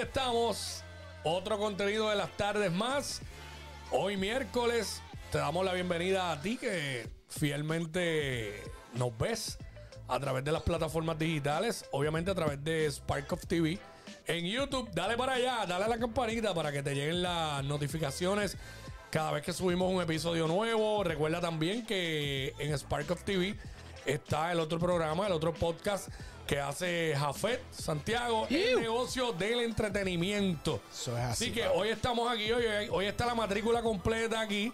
estamos. Otro contenido de las tardes más. Hoy miércoles te damos la bienvenida a ti que fielmente nos ves a través de las plataformas digitales, obviamente a través de Spark of TV. En YouTube, dale para allá, dale a la campanita para que te lleguen las notificaciones cada vez que subimos un episodio nuevo. Recuerda también que en Spark of TV está el otro programa, el otro podcast que hace Jafet Santiago, el negocio del entretenimiento. Eso es así, Así que hoy estamos aquí, hoy, hoy está la matrícula completa aquí.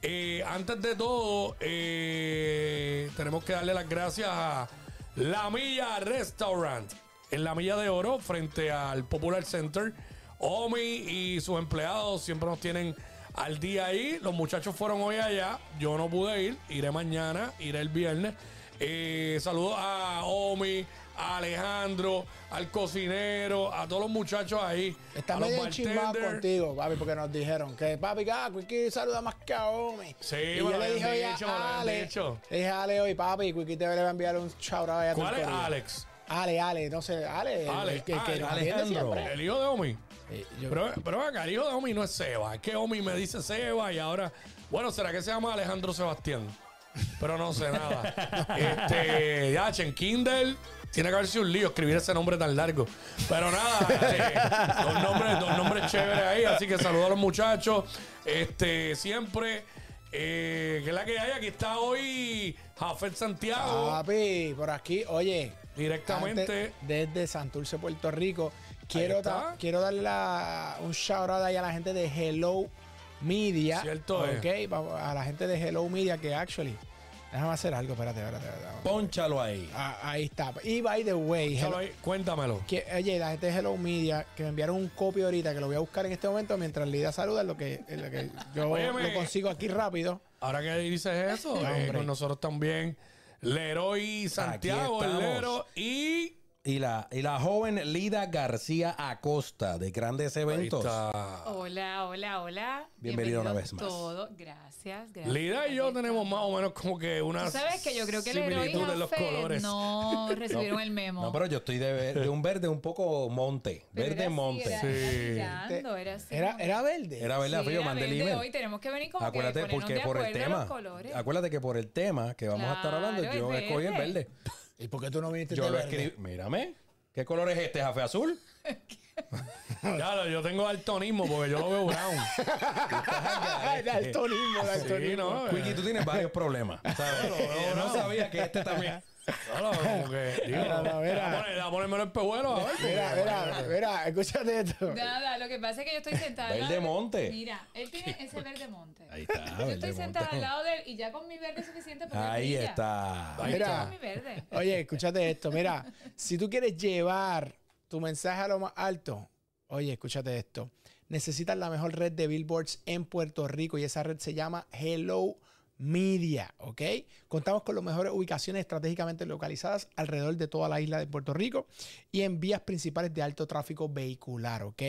Eh, antes de todo, eh, tenemos que darle las gracias a La Milla Restaurant, en La Milla de Oro, frente al Popular Center. Omi y sus empleados siempre nos tienen al día ahí. Los muchachos fueron hoy allá, yo no pude ir, iré mañana, iré el viernes. Eh, saludos a Omi, a Alejandro, al cocinero, a todos los muchachos ahí. Está a los medio enchimbado bartenders. contigo, papi, porque nos dijeron que papi, ah, Quickie saluda más que a Omi. Sí, y me yo lo le dije habían hoy dicho, me lo a habían Ale, dicho. le dije a Ale hoy, papi, Quickie te va a enviar un shout out allá a tu ¿Cuál es querido. Alex? Ale, Ale, no sé, Ale, el- Ale, el que, el que Ale, nos atiende Alejandro. siempre. El hijo de Omi. Eh, yo- Pero, pero acá, el hijo de Omi no es Seba. Es que Omi me dice Seba y ahora. Bueno, ¿será que se llama Alejandro Sebastián? Pero no sé nada. este, ya, che, en Kindle tiene que haberse un lío escribir ese nombre tan largo. Pero nada, este, dos, nombres, dos nombres chéveres ahí. Así que saludo a los muchachos. Este, siempre. eh, que es la que hay. Aquí está hoy Jafet Ah, Santiago. Papi, por aquí, oye. Directamente. antes- desde Santurce, Puerto Rico. Quiero, está. da- quiero darle la- un shout out ahí a la gente de Hello Media. Cierto es. Ok, vamos- a la gente de Hello Media que actually. Déjame hacer algo, espérate, espérate, espérate. Pónchalo ahí. Ah, ahí está. Y by the way, Échalo Hello- ahí, cuéntamelo. que- oye, la gente de Hello Media que me enviaron un copio ahorita que lo voy a buscar en este momento mientras Lidia saluda, lo que, lo que yo Óyeme. lo consigo aquí rápido. Ahora que dices eso, eh, hombre. con nosotros también Leroy Santiago, el estamos. Lero y Y la, y la joven Lida García Acosta de Grandes Eventos. está. Hola, hola, hola. Bienvenida una Bienvenidos vez más. Todo. Gracias, gracias. Lida y yo tenemos más o menos como que una ¿Tú sabes que yo creo que el héroe y similitud de los Jafet colores. no recibieron el memo. No, pero yo estoy de, ver- de un verde un poco monte. Pero era verde así, monte. Era, era brillando, era así. Era, como- era verde. Era verdad, Sí, frío, era mandé el verde. email. Hoy tenemos que venir como Acuérdate que ponernos porque de por el acuerdo en tema. los colores. Acuérdate que por el tema que vamos a estar hablando, Claro, yo es escogí el verde. verde. ¿Y por qué tú no viniste Yo de lo verde? escribí. Mírame. ¿Qué color es este? ¿Jafe azul? Claro, yo tengo daltonismo porque yo lo veo brown. Ay, daltonismo, daltonismo. sí, no, eh. Quickie, tú tienes varios problemas. ¿sabes? Yo no sabía que este también. Claro, como que, digo, No, no, mira. da- da- ponérmelo en pejuelo, a ver. Mira, mira, mira, escúchate esto. Nada, lo que pasa es que yo estoy sentada. al Verde lado de- monte. Mira, él tiene ese verde monte. Ahí está. Yo verde estoy monte. sentada al lado de él y ya con mi verde es suficiente para Ahí está. Ahí Mira. Con mi verde. Oye, escúchate esto. Mira, si tú quieres llevar tu mensaje a lo más alto, oye, escúchate esto. Necesitas la mejor red de billboards en Puerto Rico y esa red se llama Hello Media, ¿ok? Contamos con las mejores ubicaciones estratégicamente localizadas alrededor de toda la isla de Puerto Rico y en vías principales de alto tráfico vehicular, ¿ok?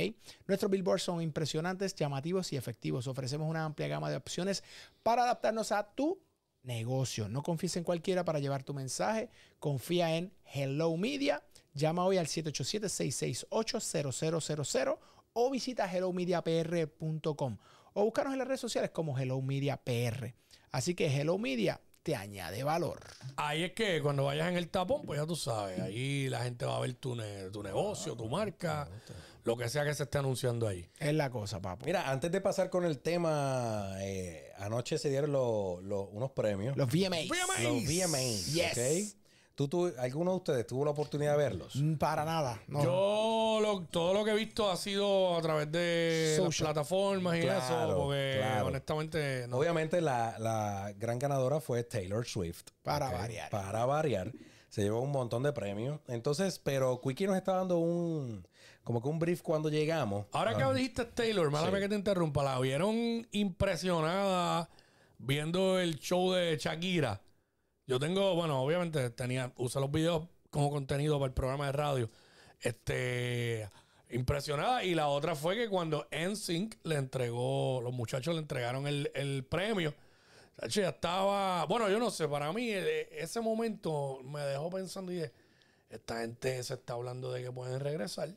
Nuestros billboards son impresionantes, llamativos y efectivos. Ofrecemos una amplia gama de opciones para adaptarnos a tu negocio. No confíes en cualquiera para llevar tu mensaje. Confía en Hello Media. Llama hoy al 787-668-0000 o visita hellomediapr.com o búscanos en las redes sociales como Hello Media PR. Así que Hello Media te añade valor. Ahí es que cuando vayas en el tapón, pues ya tú sabes, ahí la gente va a ver tu, ne- tu negocio, tu marca, lo que sea que se esté anunciando ahí. Es la cosa, papo. Mira, antes de pasar con el tema, eh, anoche se dieron los- los- unos premios. Los VMAs. VMAs. Los VMAs. Yes. ¿ok? ¿Tú, tú- ¿Alguno de ustedes tuvo la oportunidad de verlos? Mm, Para nada. No. Yo lo- todo lo que he visto ha sido a través de las Social. plataformas y Claro, eso, porque claro. honestamente no. Obviamente la, la gran ganadora fue Taylor Swift. Para ¿ok? variar. Para variar. Se llevó un montón de premios. Entonces, pero Quickie nos está dando un, como que un brief cuando llegamos. Ah, Ahora que dijiste Taylor, mala que te interrumpa, la vieron impresionada viendo el show de Shakira. Yo tengo, bueno, obviamente tenía, usé los videos como contenido para el programa de radio. Este, impresionada. Y la otra fue que cuando NSYNC le entregó, los muchachos le entregaron el, el premio. Chacho, ya estaba, bueno, yo no sé, para mí eh, ese momento me dejó pensando y dije, esta gente se está hablando de que pueden regresar.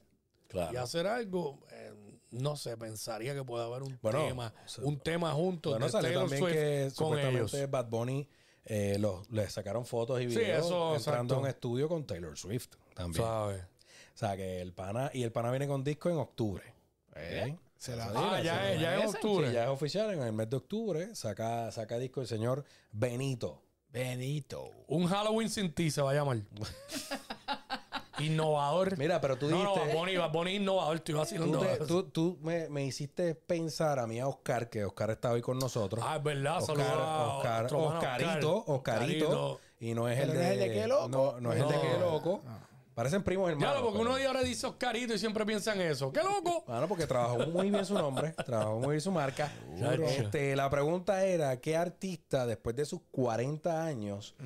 Claro. y hacer algo, eh, no sé, pensaría que puede haber un Bueno, tema, o sea, un tema junto Bueno, de salió Taylor también Swift que con ellos. supuestamente Bad Bunny eh, lo- le sacaron fotos y Sí, videos eso, entrando exacto. a un estudio con Taylor Swift también. ¿Sabes? o sea, que el pana... Y el pana viene con disco en octubre. ¿Eh? Se la- Eso Ah, dile, ya se es, lo ya es merecen, octubre. sí, ya es oficial. En el mes de octubre saca, saca disco el señor Benito. Benito. Un Halloween sin ti se va a llamar. Innovador. Mira, pero tú no, no, dijiste... Bad Bunny, Bad Bunny innovador, estoy Tú, vacilando. te- tú- tú me, me hiciste pensar a mí a Oscar, que Oscar está hoy con nosotros. Ah, es verdad, Oscar, saludos a Oscar, nuestro hermano Oscarito, Oscar. Oscarito, Oscarito. Y no es el Pero no de, es el de qué loco. Ah. No, no es el de No. qué loco. Parecen primos hermanos. Ya, porque pero- uno de ahora dice Oscarito y siempre piensa en eso. ¡Qué loco! Bueno, porque trabajó muy bien su nombre, trabajó muy bien su marca. Chacho. Este, la pregunta era, ¿qué artista después de sus 40 años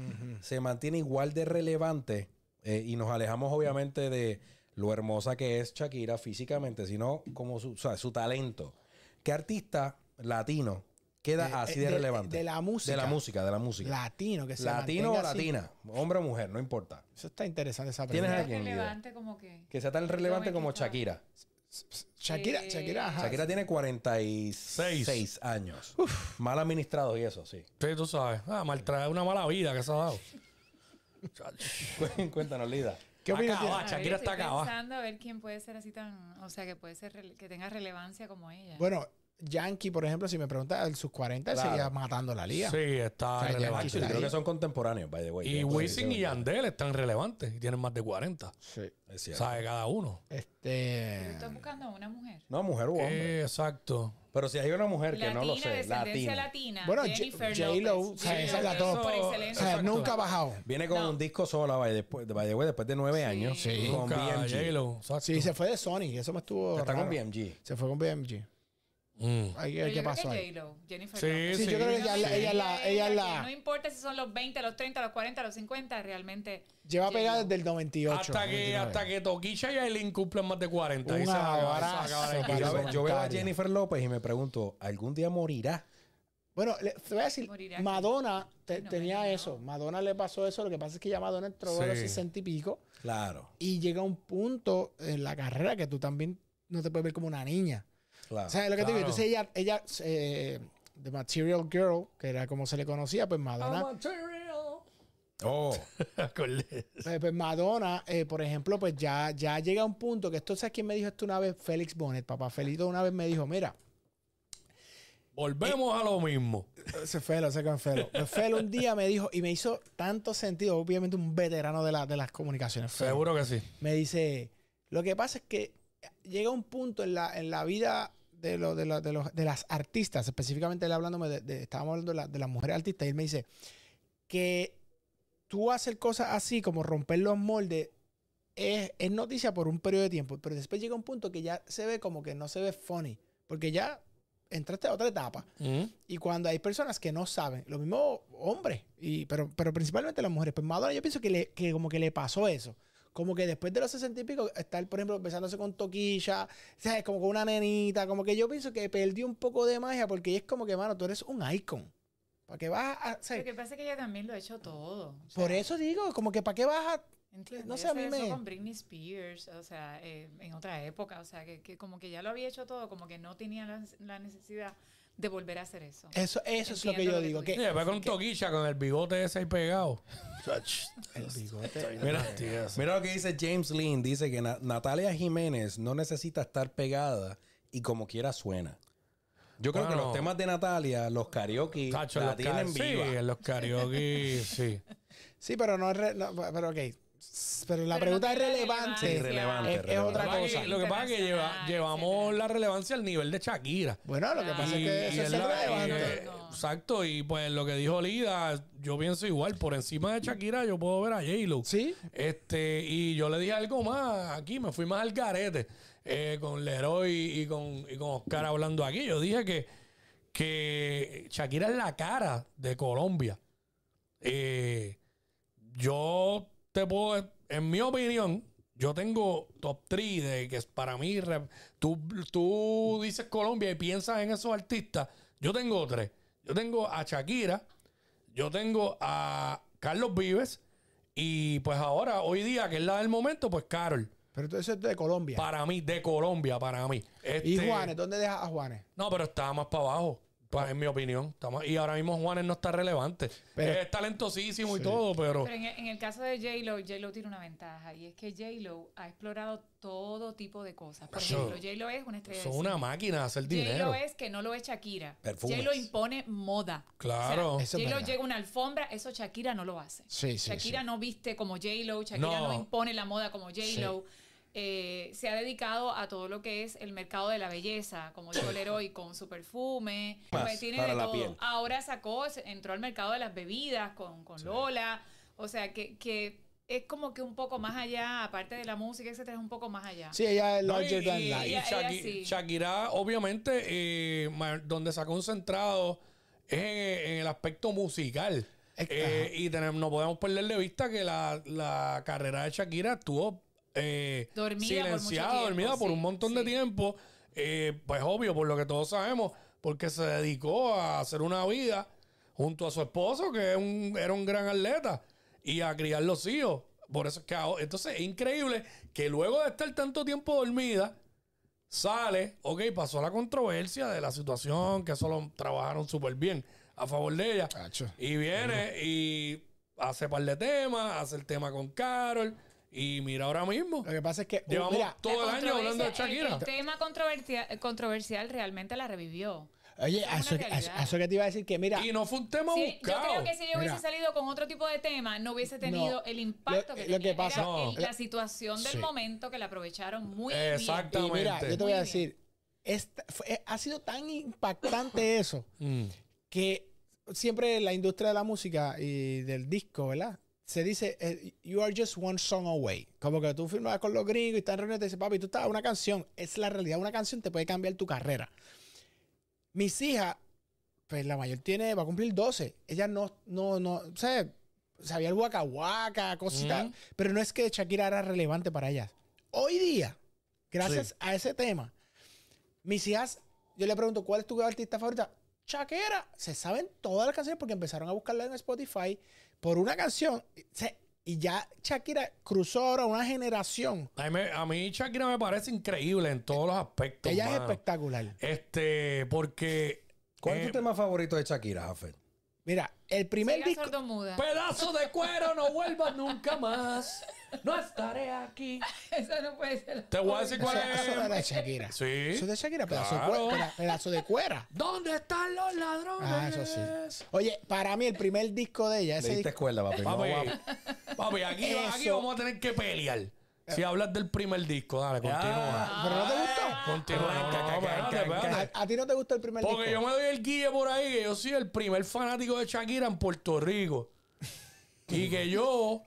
se mantiene igual de relevante? Eh, y nos alejamos obviamente de lo hermosa que es Shakira físicamente, sino como su, o sea, su talento. ¿Qué artista latino queda De- eh, así de- de, de- relevante? de la música. De la música, de la música. Latino, que se Latino o mantenga así. latina, hombre o mujer, no importa. Eso está interesante esa ¿Tienes pregunta. Era alguien, Guido? relevante como que. Que sea tan relevante como escuchaba. Shakira. Shakira, Eh, Shakira, ajá. Shakira tiene 46 Ah, Seis. años. Mal administrado y eso, sí. Sí, tú sabes. Ah, maltrae una mala vida que se ha dado. Cuéntanos, Lida. ¿Qué opinas? Acaba, tienes? A Ah, Shakira está estoy acabada. pensando a ver quién puede ser así tan, o sea, que puede ser rele- que tenga relevancia como ella. Bueno, Yankee, por ejemplo, si me pregunta el sus 40, él Claro. seguía matando la Sí, liga. está O sea, ya relevante. quiso- Yo creo que son contemporáneos, by the way. Y Ya, pues, Wisin y sí, Yandel están relevantes y tienen más de 40. Sí. Es cierto. ¿Sabe? Cada uno. Yo Este. estoy buscando a una mujer. No, mujer u Oh, hombre. Eh, exacto. Pero si hay una mujer que no lo sé, descendencia latina. latina. Bueno, J- Jennifer J-Lo, Lopez. o sea, esa es la J-Lo top. por O excelencia. sea, Exacto. nunca ha bajado. Viene con No. un disco sola, by, después- by the way, después de nueve años. Sí. Con Nunca, BMG. J-Lo, exacto. Sí, se fue de Sony, eso me estuvo. Está con raro. BMG. Se fue con BMG. Mm. Ahí, Pero ¿Qué yo creo que pasó ahí? J-Lo, Jennifer Sí, Lopez. Sí, yo creo que ella, es la- ella es la. Ella es que No la importa si son los 20, los 30, los 40, los 50, realmente. lleva J-Lo. pegada desde el 98. Hasta que, 99. hasta que Toquilla y Aileen cumplan más de 40. Ahí Un se va a acabar, se va a abrazo, acabar el papi. Yo, equipo. veo- yo veo a Voluntario. Jennifer López y me pregunto, ¿algún día morirá? Bueno, le- te voy a decir, Morirá. Madonna te- Ay, no, tenía Madonna no. eso. Madonna le pasó eso. Lo que pasa es que ya Madonna entró a los Sí. 60 y pico. Claro, Y llega un punto en la carrera que tú también no te puedes ver como una niña. Ah, claro. ¿Sabes lo que te digo? claro. Entonces ella, ella eh, The Material Girl, que era como se le conocía, pues Madonna, oh, Acordé. eh, pues Madonna, eh, por ejemplo, pues ya, ya llega un punto que entonces quién me dijo esto una vez, Félix Bonet, papá Felito una vez me dijo, mira, Volvemos a lo mismo. ese Felo, ese con Felo. Pues Felo un día me dijo, y me hizo tanto sentido, obviamente un veterano de, la- de las comunicaciones. Felo. Seguro que sí. me dice, lo que pasa es que llega un punto en la, en la vida de, lo- de, la- de los- de las artistas, específicamente él hablándome de, de- estábamos hablando de, la- de las mujeres artistas, y él me dice que tú hacer cosas así como romper los moldes es, es noticia por un periodo de tiempo, pero después llega un punto que ya se ve como que no se ve funny, porque ya entraste a otra etapa. Mm. Y cuando hay personas que no saben, lo mismo hombres, y, pero, pero principalmente las mujeres. Pues Madonna yo pienso que, le, que como que le pasó eso. Como que después de los 60 y pico, estar, por ejemplo, empezándose con toquilla, ¿sabes? Como con una nenita, como que yo pienso que perdió un poco de magia porque ella es como que, mano, tú eres un icon. ¿Para qué vas a...? o sea, Lo que pasa es que ella también lo ha hecho todo. o sea, por eso digo, como que ¿para qué vas a...? ¿entiendes? no sé, a mí Ella hizo me- con Britney Spears, o sea, eh, en otra época, o sea, que, que como que ya lo había hecho todo, como que no tenía la, la necesidad de volver a hacer eso. Eso, eso es lo que Entiendo yo digo. lo que tú Y Eh, Que, dices. después con Toquilla con el bigote ese ahí pegado. el bigote. Mira, Mira lo que dice James Lynn. Dice que Na- Natalia Jiménez no necesita estar pegada y como quiera suena. Yo creo que Bueno. los temas de Natalia, los karaoke, Tacho, la los tienen car- sí, viva. en los karaoke, sí. Sí, pero no es... re- no, pero ok. S- Pero la Pero no pregunta tiene es relevancia. relevante. Irrelevante, Es- es irrelevante. otra Lo que pasa es cosa. que- Lo que pasa es que lleva- Internacional, llevamos etcétera. la relevancia al nivel de Shakira. Bueno, lo que Ah. pasa es que eso es es la- relevante. eh, No. Exacto, y pues lo que dijo Lida, yo pienso igual, por encima de Shakira yo puedo ver a J-Lo. Sí, Este, y yo le dije algo más aquí, me fui más al garete eh, con Leroy y con, y con Oscar hablando aquí. Yo dije que, que Shakira es la cara de Colombia. Eh, yo te puedo, en mi opinión, yo tengo top 3 de que es para mí, re- tú, tú dices Colombia y piensas en esos artistas. Yo tengo tres. Yo tengo a Shakira, yo tengo a Carlos Vives y pues ahora, hoy día, que es la del momento, pues Carol. Pero todo eso es de Colombia. Para mí, de Colombia, para mí. Este, ¿Y Juanes? ¿Dónde dejas a Juanes? No, pero está más para abajo, pa- en mi opinión. Está más- y ahora mismo Juanes no está relevante. Pero- es talentosísimo y Sí. todo, pero... Pero en el, en el caso de J-Lo, J-Lo tiene una ventaja y es que J-Lo ha explorado todo tipo de cosas. Por Eso- ejemplo, J-Lo es una estrella de Son una cine. máquina de hacer dinero. J-Lo es que no lo es Shakira. Perfumes. J-Lo impone moda. Claro. O sea, Eso es J-Lo verdad. llega a una alfombra, eso Shakira no lo hace. Sí, sí, Shakira sí. no viste como J-Lo, Shakira No. no. impone la moda como J-Lo. Eh, se ha dedicado a todo lo que es el mercado de la belleza, como dijo Leroy, con su perfume. Más pues tiene para de la todo. piel. Ahora sacó, se- entró al mercado de las bebidas con, con Lola. O sea, que, que es como que un poco más allá, aparte de la música, etcétera, es un poco más allá. Sí, ella es No, larger than y- y life. Ella- Shaki- sí. Shakira, obviamente, eh, ma- donde se ha concentrado es en, en el aspecto musical. Es- Eh, y tenem- no podemos perder de vista que la, la carrera de Shakira estuvo eh, Dormida por mucho silenciada, tiempo, dormida por sí, un montón de sí. tiempo. Eh, pues obvio, por lo que todos sabemos, porque se dedicó a hacer una vida junto a su esposo, que es un- era un gran atleta, y a criar los hijos. Por eso es que ahora- entonces es increíble que luego de estar tanto tiempo dormida, sale, ok, pasó la controversia de la situación, que eso lo trabajaron súper bien a favor de ella. Chacho. Y viene y hace par de temas, hace el tema con Carol, y mira ahora mismo. Lo que pasa es que. uh, Llevamos mira, todo el La año hablando de controversia, Shakira. El, el tema controversia- controversial realmente la revivió. oye, es una a eso, a eso- a eso que te iba a decir que, mira. Y no fue un tema Sí, yo buscado. creo que si ella hubiese Mira. salido con otro tipo de tema, no hubiese tenido No. el impacto Lo- que lo tenía. que pasa- Era el- No. la situación del Sí. momento que la aprovecharon muy Exacto. y mira, yo te voy a Muy bien. decir. esta- fue- ha sido tan impactante eso Mm. que siempre en la industria de la música y del disco, ¿verdad? Se dice, eh, you are just one song away. Como que tú firmas con los gringos y estás en reuniones y te dicen, papi, tú estás a una canción. Es la realidad, una canción te puede cambiar tu carrera. Mis hijas, pues la mayor tiene, va a cumplir 12. Ella no, no, no, o sea, sabía el waka waka, cositas. Mm. Pero no es que Shakira era relevante para ellas. Hoy día, gracias Sí. a ese tema, mis hijas, yo le pregunto, ¿cuál es tu artista favorita? Shakira. Se saben todas las canciones porque empezaron a buscarla en Spotify por una canción. Se- y ya Shakira cruzó ahora una generación. A, mí, me- a mí Shakira me parece increíble en todos los aspectos. Ella es mano. espectacular. Este, porque. ¿Cuál es eh, tu tema favorito de Shakira, Jafet? Mira, el primer Siga disco. sordomuda. Pedazo de cuero, no vuelvas nunca más. No estaré aquí. Eso no puede ser. Te voy a decir Eso, cuál eso es. era de Shakira. Sí. Eso es de Shakira, pedazo, de, Claro. cuera, peda- pedazo de cuera. ¿Dónde están los ladrones? Ah, eso sí. Oye, para mí el primer disco de ella, Le ese diste disco. escuela, papi. No Papi, vamos- papi, aquí, aquí Eso. vamos a tener que pelear. Si hablas del primer disco, dale, continúa. Eh, ¿Pero no te gustó? Continúa. No, no, no, espérate, espérate. ¿A, a ti no te gustó el primer Porque yo disco? me doy el guille por ahí que yo soy el primer fanático de Shakira en Puerto Rico. Y que yo,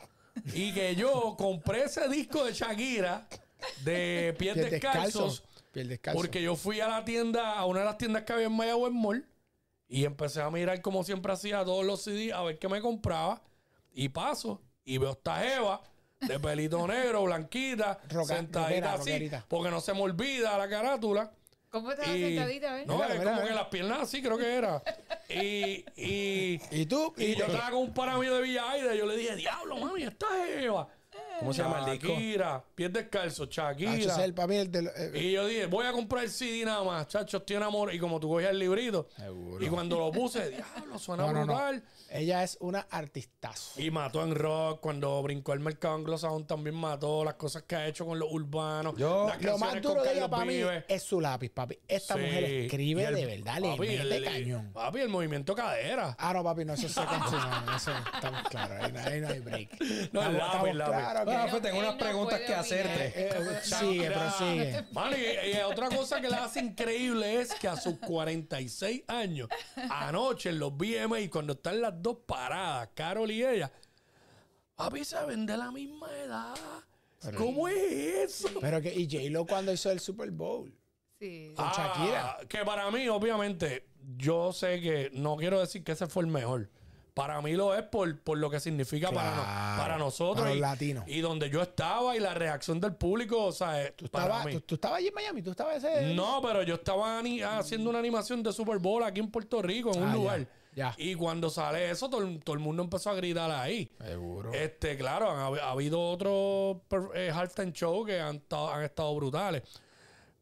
y que yo compré ese disco de Shakira de pies Piel descalzos. descalzo. Piel descalzo. Porque yo fui a la tienda, a una de las tiendas que había en Mayagüez Mall, y empecé a mirar como siempre hacía todos los CDs, a ver qué me compraba. Y paso, y veo esta jeva de pelito negro, blanquita, Roca- sentadita rockera, así, rockerita. porque no se me olvida la carátula. ¿Cómo estaba Y- sentadita? ¿eh? a ver? No, Mira, es mira, como mira. que las piernas así, creo que era. Y, y, ¿Y tú? Ah, y ¿Y yo tú? estaba con un pana mío de Villa Aire, yo le dije, diablo, mami, esta jeva. ¿Cómo se llama el disco? Shakira, pies descalzos, Ah, ese Shakira. es el para mí el de lo- eh, Y yo dije, voy a comprar el CD nada más, chacho, estoy enamorado. Y como tú cogías el librito, Seguro. y cuando lo puse, diablo, suena No, no, no. brutal. Ella es una artistazo. Y mató en rock, cuando brincó el mercado anglosajón también mató las cosas que ha hecho con los urbanos. Yo- las Lo canciones más con duro de ella Carlos para mí Vives. es su lápiz, papi. Esta Sí. mujer escribe Y el- de verdad, le papi, mete el- cañón. Papi, el movimiento cadera. Ah, no, papi, no, eso se consume. Eso estamos claros. Ahí no, ahí no hay break. No, el lápiz, Estamos- estamos el lápiz. claros que- Ah, Jafet, tengo Él unas no preguntas puede que opinar. hacerte. Eh, eh, sigue, Shakira. prosigue. Mano, y, y otra cosa que la hace increíble es que a sus 46 años, anoche en los BMI, cuando están las dos paradas, Carol y ella, papi se ven de la misma edad. ¿Cómo es eso? Pero que, y J-Lo cuando hizo el Super Bowl. Sí. Ah, Con Shakira. Que para mí, obviamente, yo sé que no quiero decir que ese fue el mejor. Para mí lo es por, por lo que significa para, no- Claro, para nosotros. para los y, latinos. Y donde yo estaba y la reacción del público, o sea, eh, Tú para estabas, mí. tú, tú estabas allí en Miami, tú estabas ese. No, pero yo estaba ani- haciendo una animación de Super Bowl aquí en Puerto Rico, en un Ah, ya. lugar. Ya. Y cuando sale eso, todo, el- todo el mundo empezó a gritar ahí. Seguro. Este, claro, han hab- ha habido otros per- eh, halftime show que han, ta- han estado brutales.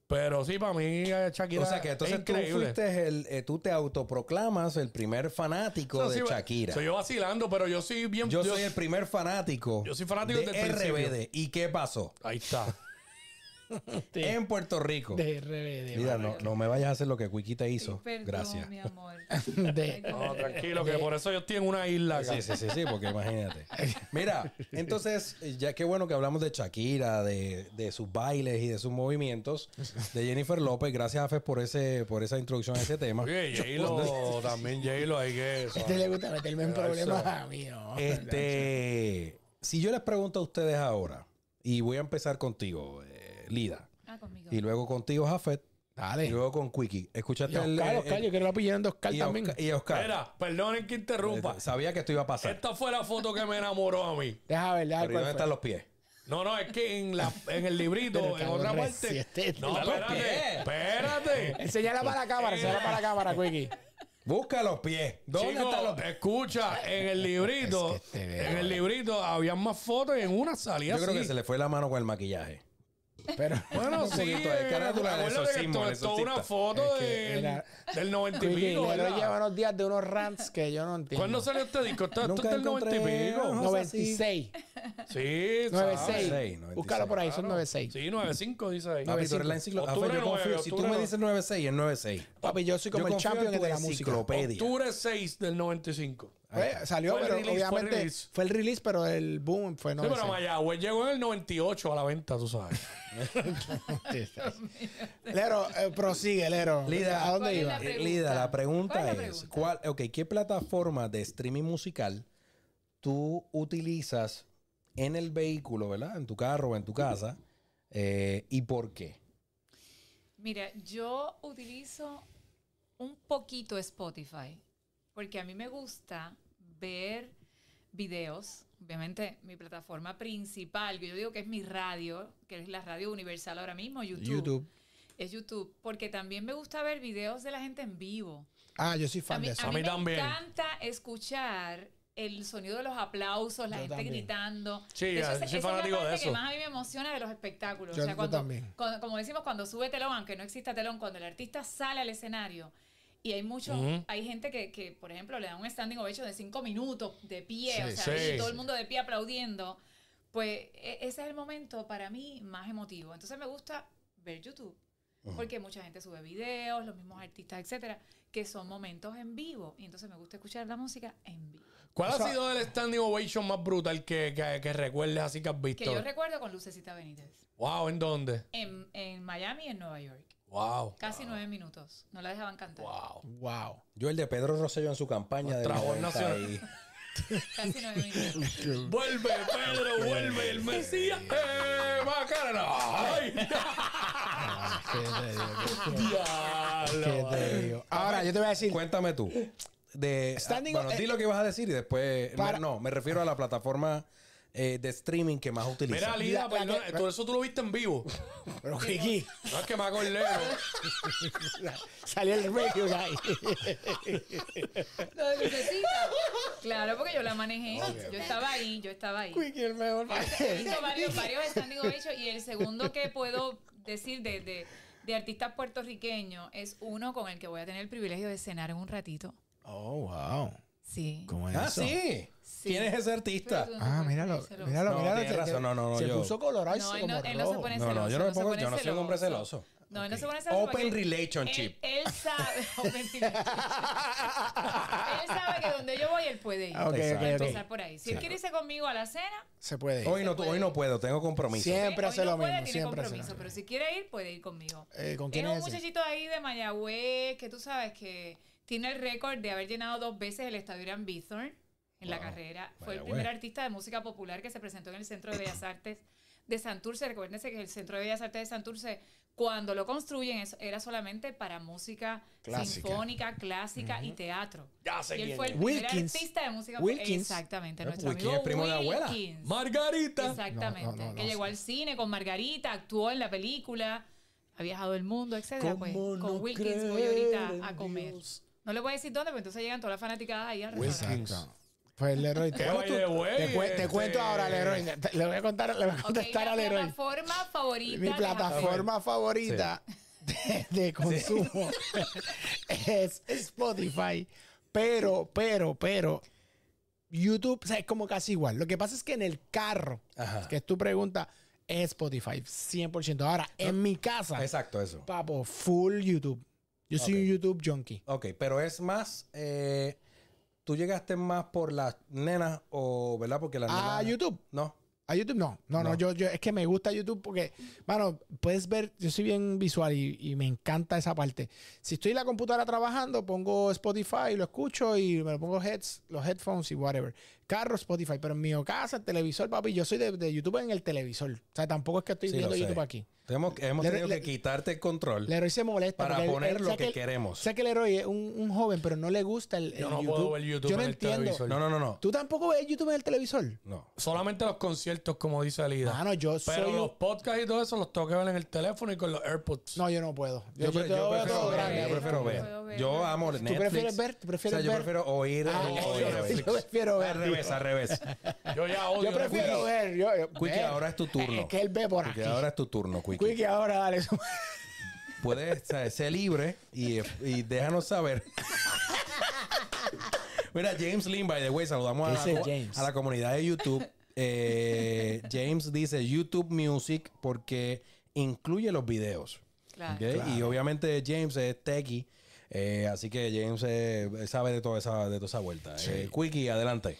Pero sí, para mí eh, Shakira O sea que es entonces tú, increíble. fuiste el, eh, tú te autoproclamas el primer fanático No, de sí, va- Shakira. Soy yo vacilando, pero yo soy bien... Yo soy el primer fanático. Yo soy fanático de desde el principio. RBD. ¿Y qué pasó? Ahí está. Este. En Puerto Em, Rico. De RBD. Mira, no, no me vayas a hacer lo que Wiki te hizo. Perdón, Gracias. mi amor. mano. De- No, tranquilo, que por eso yo estoy en una isla acá. Sí, sí, sí, sí, porque imagínate. Mira, entonces, eh, ya qué bueno que hablamos de Shakira, de, de sus bailes y de sus movimientos, de Jennifer López. Gracias, Afes, por ese, por esa introducción a ese tema. Oye, J-Lo, también J-Lo hay que... Este le gusta meterme en Eso. problemas a mí. ¿no? Este, si yo les pregunto a ustedes ahora, y voy a empezar contigo, eh, Lida, Ah, conmigo. y luego contigo, Jafet, y Dale. luego con Quickie. Y Escúchate a el- Oscar, el- Oscar, yo quiero la pillera de Oscar y también. Oscar- y Oscar. Mira, perdonen que interrumpa. Eh, Sabía que esto iba a pasar. Esta fue la foto que me enamoró a mí. Deja ver, deja ver Pero ¿y cuál ¿Dónde fue. están los pies? No, no, es que en, la, en el librito, Pero en cabrón, otra reci- parte. este- No, dale espérate, pie. espérate. Enseñala para la cámara, enseñala para la cámara, Quickie. Busca los pies. ¿Dónde Chico, eh, están los pies? escucha, en el librito, Es que este veo, en el librito había más fotos y en una Yo salía creo así. que se le fue la mano con el maquillaje. Pero Bueno, Un sí, poquito de eh, carátula de acuérdate que exorcismo, esto el es toda una exorcista. foto Es que de- era- del 90 y Quickie, pico, Negro ¿verdad? lleva unos días de unos rants que yo no entiendo. ¿Cuándo salió este disco? Esto esto Nunca es del 90 y encontré, pico. ajá. 96. Sí, ¿sabes? 96. 96. Búscalo por ahí, son Claro. 96. Sí, 95 dice ahí. Papi, tú eres Octubre la enciclopedia. Rafael, yo nueve, confío. Si tú octubre me nueve. dices 9-6, es 9-6. Papi, yo soy como Yo el confío en champion tu de la música. enciclopedia. Octubre 6 del 95. Fue- salió, Fue el pero release, fue el obviamente fue el, release. release, pero el boom fue Sí, pero 96. Mayagüez llegó en el 98 a la venta, tú sabes. Lero, eh, prosigue, Lero. Lida, ¿A ¿Cuál dónde es iba? la pregunta? Eh, Lida, la ¿Cuál pregunta es es, la pregunta? ¿cuál, ok, ¿qué plataforma de streaming musical tú utilizas en el vehículo, ¿verdad? En tu carro o en tu casa. eh, ¿Y por qué? Mira, yo utilizo un poquito Spotify porque a mí me gusta ver videos. Obviamente, mi plataforma principal, que yo digo que es mi radio, que es la radio universal ahora mismo, YouTube. YouTube. Es YouTube, porque también me gusta ver videos de la gente en vivo. Ah, yo soy fan A mí, de a eso. mí mí me también. encanta escuchar el sonido de los aplausos, la Yo gente también. gritando. Sí, eh, De hecho, yo esa- soy esa es fanático la de parte que eso. más a mí me emociona de los espectáculos. Yo- o sea, yo cuando- también. cuando- como decimos, cuando sube telón, aunque no exista telón, cuando el artista sale al escenario y hay mucho, Ujú. hay gente que, que, por ejemplo, le da un standing ovation de cinco minutos de pie, Sí, o sea, sí. y todo el mundo de pie aplaudiendo. Pues e- ese es el momento para mí más emotivo. Entonces me gusta ver YouTube. Porque mucha gente sube videos, los mismos artistas, etcétera, que son momentos en vivo. Y entonces me gusta escuchar la música en vivo. ¿Cuál O sea- ha sido el standing ovation más brutal que, que, que recuerdes así que has Que visto? yo recuerdo con Lucecita Benítez. wow, ¿en dónde? En, en Miami y en Nueva York. Wow. Casi nueve minutos. No la dejaban cantar. Wow. Wow. Yo el de Pedro Rosselló en su campaña de Nuestra voz Casi nueve minutos. Vuelve, Pedro, vuelve el Mesías. ¡Eh, Macarena! ¡Ay! ¿Qué te Ah, digo? ¿Qué diablo! te digo? Ahora, yo te voy a decir. Cuéntame tú. De, Standing ah, bueno, eh, o- di lo que vas a decir y después... Para- no, me refiero a la plataforma eh, de streaming que más utilizas. Mira, Lida, La- la perdón, que- todo eso tú lo viste en vivo. Pero Kiki, No es que me hago el lero. salió el radio guy. Lo de Lucecita. Claro, porque yo la manejé. Yo estaba ahí, yo estaba ahí. Kiki, el mejor. Hizo varios, varios standing ovations. Y el segundo que puedo decir de, de, de artistas puertorriqueños es uno con el que voy a tener el privilegio de cenar en un ratito. Oh, wow. Sí. ¿Cómo es Ah, eso? sí. Sí. ¿Quién es ese Pero artista? tú no te Ah, puedes míralo, poner celoso. míralo, No, míralo. tienes se- razón, no, no, no, Se yo- puso colorado y No, se- él no, como él no se rojo. pone No, celoso. no, yo no me se pongo- pone yo no soy un hombre celoso. No, él no se pone celoso. Open porque relationship. Él, él sabe. Open relationship. él sabe que donde yo voy, él puede ir. Ah, ok, ok, Exacto. ok. Empezar por ahí. Si Sí. él quiere irse conmigo a la cena, Se puede. ir. Hoy no, hoy no puedo, tengo compromiso. Siempre. eh, hoy hace no lo puede, mismo, tiene siempre hace lo compromiso. mismo. Pero si quiere ir, puede ir conmigo. Eh, ¿Con Es quién un es ese? muchachito ahí de Mayagüez que tú sabes que tiene el récord de haber llenado dos veces el estadio Irán Bithorn en la Wow, carrera. Fue el Mayagüez. primer artista de música popular que se presentó en el Centro de Bellas Artes de Santurce. Recuérdense que el Centro de Bellas Artes de Santurce, cuando lo construyen, es- era solamente para música Clásica. sinfónica, clásica y teatro. Ya sé Y él quién fue el es. primer Wilkins. artista de música Wilkins. Exactamente, Eh, nuestro Wilkins amigo es primo de abuela. Wilkins. Margarita. Exactamente. No, no, no, que no llegó al cine con Margarita, actuó en la película, ha viajado el mundo, etcétera. Pues, ¿Cómo con no Wilkins voy creer ahorita en a comer. Dios? No le voy a decir dónde, pero entonces llegan todas las fanaticadas ahí al restaurante. Wilkins. Exacto. Pues Leroy, Que by the way, te, cuen- te este- cuento ahora, Leroy. Te- Le voy a contar, le voy a Ok, contestar la a Leroy. plataforma favorita. Mi de plataforma favorita de, de consumo es Spotify. Pero, pero, pero, YouTube o sea, es como casi igual. Lo que pasa es que en el carro, Ajá. que es tu pregunta, es Spotify, 100%. Ah. Ahora, en mi casa, Exacto, eso. papo, full YouTube. Yo soy Ok. un YouTube junkie. Ok, pero es más. eh, ¿Tú llegaste más por las nenas o, verdad? Porque las A nenas. YouTube. No. A YouTube no, no, no, No. yo, yo es que me gusta YouTube porque, mano, puedes ver, yo soy bien visual y, y me encanta esa parte. Si estoy en la computadora trabajando, pongo Spotify, lo escucho y me lo pongo heads, los headphones y whatever. Carro, Spotify, pero en mi casa, el televisor, papi, yo soy de, de YouTube en el televisor. O sea, tampoco es que estoy Sí, viendo lo sé. YouTube aquí. Tenemos, que- hemos Le- tenido le- que quitarte el control Leroy se molesta. para porque él- poner él- lo sé que, él- queremos. Sé que Leroy es un, un joven, pero no le gusta el, el Yo no YouTube. puedo ver YouTube Yo no en el entiendo. televisor. No, no, no, no. ¿Tú tampoco ves YouTube en el televisor? No. Solamente los conciertos, como dice Alida. Mano, yo soy... Pero un- los podcasts y todo eso los tengo que ver en el teléfono y con los AirPods. No, yo no puedo. Yo, Yo, yo pre- te yo lo veo prefiero todo ver, grande. Ah, yo prefiero ver. Puedo ver, Yo ¿no? amo ¿Tú Netflix. prefieres ver? ¿Tú prefieres o sea, ver? yo prefiero oír. Ah, oír, yo- oír Netflix. yo prefiero ver. Al revés, al revés. Yo ya odio. Yo Netflix. prefiero ver. Yo, yo- Quickie, ver. ahora es tu turno. Es que él ve por aquí. Porque ahora es tu turno, Quickie. Quickie, ahora dale. su- Puedes ser libre y, y déjanos saber. Mira, James Lynn, by the way, saludamos a ¿Qué la, dice co- James? a la comunidad de YouTube. Eh, James dice YouTube Music porque incluye los videos. Claro. ¿ok? Y obviamente James es techie. eh, así que James eh, sabe de toda esa, de toda esa vuelta. Eh, Quickie, adelante.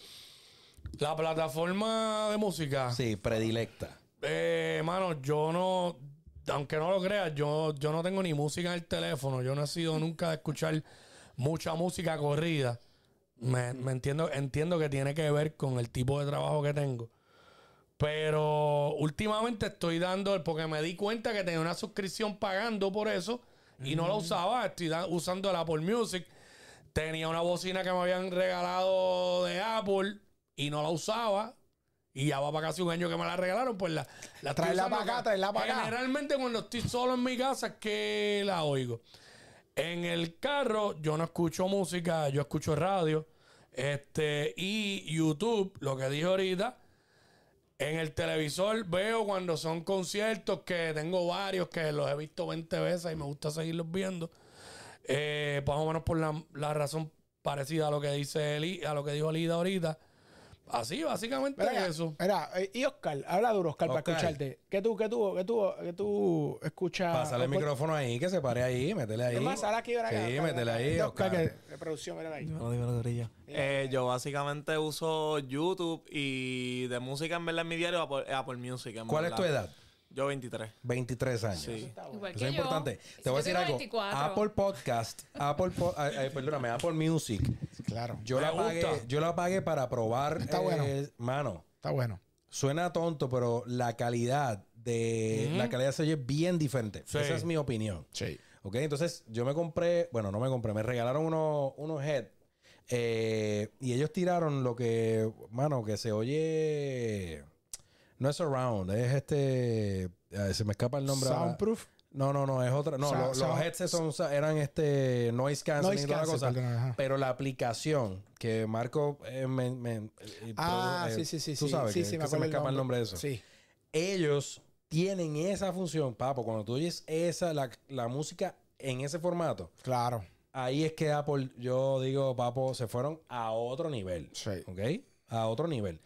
La plataforma de Ah. música. Sí, predilecta. Eh, mano, yo no, aunque no lo creas, yo, yo no tengo ni música en el teléfono. Yo no he sido nunca de escuchar mucha música corrida. Me, me entiendo, entiendo que tiene que ver con el tipo de trabajo que tengo. Pero últimamente estoy dando, el- porque me di cuenta que tenía una suscripción pagando por eso y no la usaba. Estoy da- usando la Apple Music. Tenía una bocina que me habían regalado de Apple y no la usaba. Y ya va para casi un año que me la regalaron, pues la, la estoy Tráela usando pa' acá, acá. tráela pa' acá. Generalmente cuando estoy solo en mi casa es que la oigo. En el carro yo no escucho música, yo escucho radio. Este, y YouTube, lo que dije ahorita, en el televisor veo cuando son conciertos que tengo varios que los he visto 20 veces y me gusta seguirlos viendo. Eh, más o menos por la, la razón parecida a lo que dice Eli, a lo que dijo Elida ahorita. Así, básicamente Mira, acá, eso. mira, eh, y Oscar, habla duro, Oscar, Oscar. para escucharte. ¿Qué tú, qué tú, qué tú, qué tú escuchas? Pásale el Por- micrófono ahí, que se pare ahí, métele ahí. Ah, pues, Es más, ahora aquí, ahora acá, Sí, acá, métele acá. ahí, Ya, Oscar, Oscar. que de producción, mira ahí. Dímelo, dímelo, Corillo. Eh, yo básicamente uso YouTube y de música en verdad en mi diario Apple, Apple Music. en ¿Cuál es verdad. tu edad? Yo 23. 23 años. Sí. Igual que Eso es yo. importante. Si Te voy a yo decir tengo algo. 24. Apple Podcast, Apple, po- ay, ay, perdóname, Apple Music. Claro, Yo la, Me gusta. pagué, yo la pagué para probar. eh, Está bueno. Mano, está bueno. suena tonto, pero la calidad de la calidad se oye bien diferente. Sí. Esa es mi opinión. Sí. Ok, entonces yo me compré, bueno, no me compré, me regalaron unos, unos head. eh, y ellos tiraron lo que, mano, que se oye. No es surround, es este. ay, se me escapa el nombre. ahora. Soundproof. No, no, no, es otra. No, Sa- lo- los sound- headsets son- eran este noise canceling Noise y toda la cancel, cosa. perdona, ajá. Pero la aplicación que Marco eh, me- me- eh, Ah, produ- eh, sí, sí, sí. Tú sí. sabes sí, que, sí, que se acuerdo me escapa el nombre de eso. Sí. Ellos tienen esa función, papo. Cuando tú oyes esa, la, la música en ese formato, Claro. ahí es que Apple, yo digo, papo, se fueron a otro nivel. Sí. ¿Ok? A otro nivel.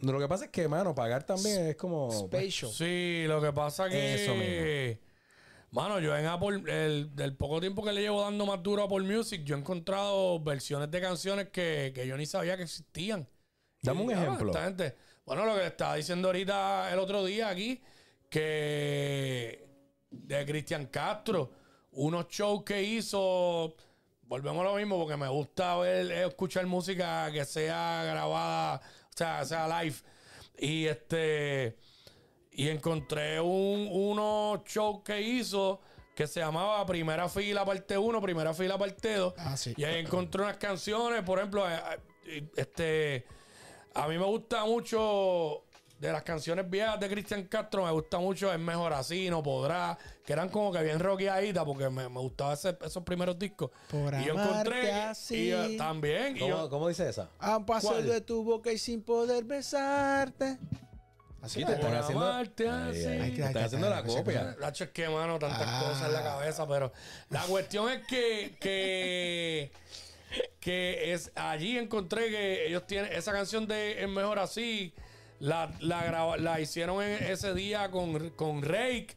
Lo que pasa es que, mano, pagar también es como. Spatial. Sí, lo que pasa que... Eso Mano, yo en Apple, el, del poco tiempo que le llevo dando más duro a Apple Music, yo he encontrado versiones de canciones que, que yo ni sabía que existían. Dame un Y, ah, ejemplo. esta gente- bueno, lo que le estaba diciendo ahorita el otro día aquí, que de Cristian Castro, unos shows que hizo, volvemos a lo mismo, porque me gusta ver, escuchar música que sea grabada, o sea, sea live. Y este, y encontré un, unos shows que hizo que se llamaba Primera Fila Parte 1, Primera Fila Parte 2. Ah, sí. Y ahí encontré unas canciones, por ejemplo, eh, eh, este... A mí me gusta mucho de las canciones viejas de Cristian Castro me gusta mucho Es Mejor Así, No Podrá, que eran como que bien rockeaditas porque me, me gustaban esos primeros discos. Por y yo amarte encontré. y- así. Y, yo- también. y ¿Cómo, yo- cómo dice esa? Han pasado ¿Cuál? de tu boca y sin poder besarte. Así te Sí, te están Por haciendo, amarte así. Ay, ay, te están haciendo la copia. Nacho, es que, mano, tantas Ah. cosas en la cabeza, pero la cuestión es que, que, que es, allí encontré que ellos tienen esa canción de Es Mejor Así, la, la, graba- la hicieron en- ese día con, con Rake,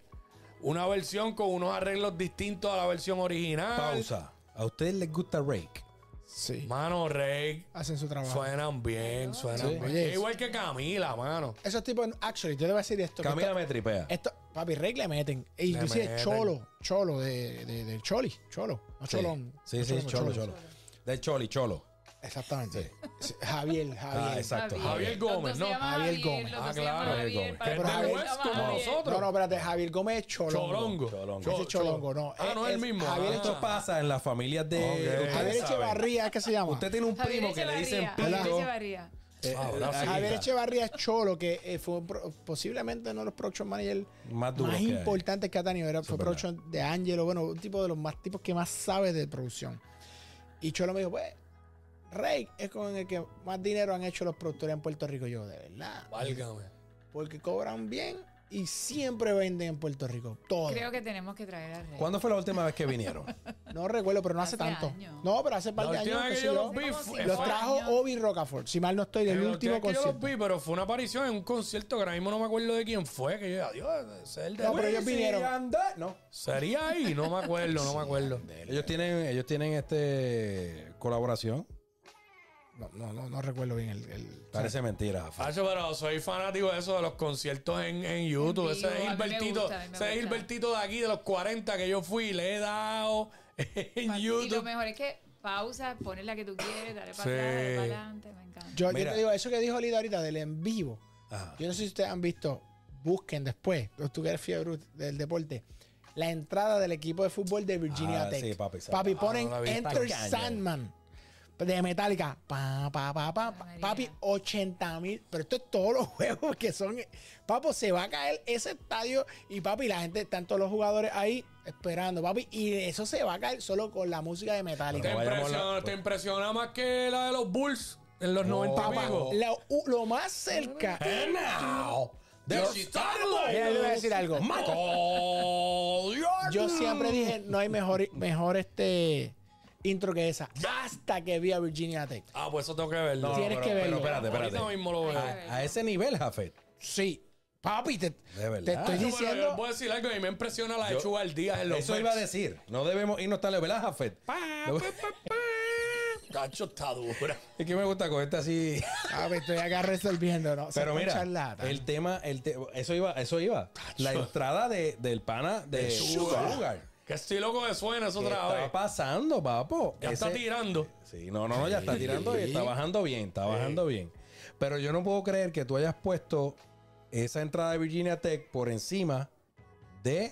una versión con unos arreglos distintos a la versión original. Pausa. ¿A ustedes les gusta Rake? Sí. Mano, Rake, Hacen su trabajo. suenan bien, suenan Sí. bien. Oye, Es Igual que Camila, mano. Esos tipos, actually, yo te voy a decir esto. que Camila esto- me tripea. Esto, papi, Rey le meten. E inclusive meten. Cholo, Cholo, de, de, de Choli, Cholo, no Sí. Cholón. Sí, no sí, cholo, cholo. Cholo. De Choli, cholo. Exactamente. Sí, Javier, Javier. Ah, exacto. Javier Gómez, ¿no? Javier Javier Gómez. Gómez. Ah, claro, Javier Gómez. Es Pero del Javier- West como Javier. nosotros. No, no, espérate, Javier Gómez es Cholongo. Cholongo. Cholongo. Cho- Ese es Cholongo, no. Ah, no, es el mismo. Javier, Ah. Esto pasa en las familias de. Ok. ustedes Eh, Javier saben. Echevarría, ¿qué se llama? Usted tiene un primo que le dicen Javier pito. Echevarría. Eh, Ahora Ah, sí. ahí Javier está. Echevarría es Cholo, que eh, fue un pro- posiblemente uno de los production managers Más duro. más que hay. importantes que ha tenido. Era, fue es verdad. production de Angelo, bueno, un tipo de los más tipos que más sabe de producción. Y Cholo me dijo, pues, Rey es con el que más dinero han hecho los productores en Puerto Rico. Yo, de verdad. Válgame. Porque cobran bien y siempre venden en Puerto Rico. Todo. Creo que tenemos que traer a Rey. ¿Cuándo fue la última vez que vinieron? No recuerdo, pero no hace, Hace tanto. años. No, pero hace par La de años. última qué vez que sé yo yo. los vi Como fue- si Los fue- trajo años. Obi Rocafort, si mal no estoy, del la última último vez que yo los concierto. vi, pero fue una aparición en un concierto que ahora mismo no me acuerdo de quién fue. Que yo dije, adiós, ese es el de No, pero Will". ellos vinieron. Sí, anda. No. Sería ahí, no me acuerdo, no me acuerdo. Ellos tienen, ellos tienen este colaboración. No, no, no, no recuerdo bien el. el- Parece mentira, Rafa. Facho, pero soy fanático de eso, de los conciertos en, en YouTube. En ese vivo, es a mí me Gilbertito, gusta, a mí me ese es gusta. Gilbertito de aquí, de los 40 que yo fui, le he dado en Y lo YouTube. mejor es que pausa, pones la que tú quieres, dale para Sí. atrás, dale para adelante. Me encanta. Yo, yo Mira. te digo, eso que dijo Lida ahorita del en vivo. Ah, Ajá. Yo no sé si ustedes han visto, busquen después, los tú que eres fiebre del deporte, la entrada del equipo de fútbol de Virginia Ah, Tech. sí, papi, esa- papi, ah, ponen no la vi. Enter Está cañón. Sandman de Metallica. Pa, pa, pa, pa, pa. María. papi, 80 mil. Pero esto es todos los juegos que son. Papo, se va a caer ese estadio y papi, la gente, están todos los jugadores ahí esperando, papi. Y eso se va a caer solo con la música de Metallica. Te No vayamos a impresiona, hablar- te impresiona más que la de los Bulls en Oh, los 90 Papá, amigos. lo, u- lo más cerca. And now, the Mira, yo Starlight. voy a decir algo. Michael Jordan. Yo siempre dije, no hay mejor, mejor este intro que esa. Hasta que vi a Virginia Tech. Ah, pues eso tengo que verlo. No, Tienes pero- que verlo. Pero espérate, espérate. Ahorita mismo lo veo. Ay, A ese nivel, Jafet. Sí. Papi, te, verdad. te estoy Yo, pero yo Yo, les diciendo. voy a decir algo y me impresiona la Yo- lechuga al día en los Eso iba a decir. No debemos irnos tan lejos, ¿verdad, Jafet? No- Cacho está dura. Es que me gusta cogerte así. Papi, estoy acá resolviendo, ¿no? Pero Soy un mira, charlatán. el tema, el te- eso iba, eso iba. La entrada de, del pana de Sugar. Que estoy loco de suena eso ¿Qué otra está vez. pasando, papo? Ya está Ese- tirando. Sí, no, no, no, ya está tirando y está bajando bien, está bajando bien. Pero yo no puedo creer que tú hayas puesto esa entrada de Virginia Tech por encima de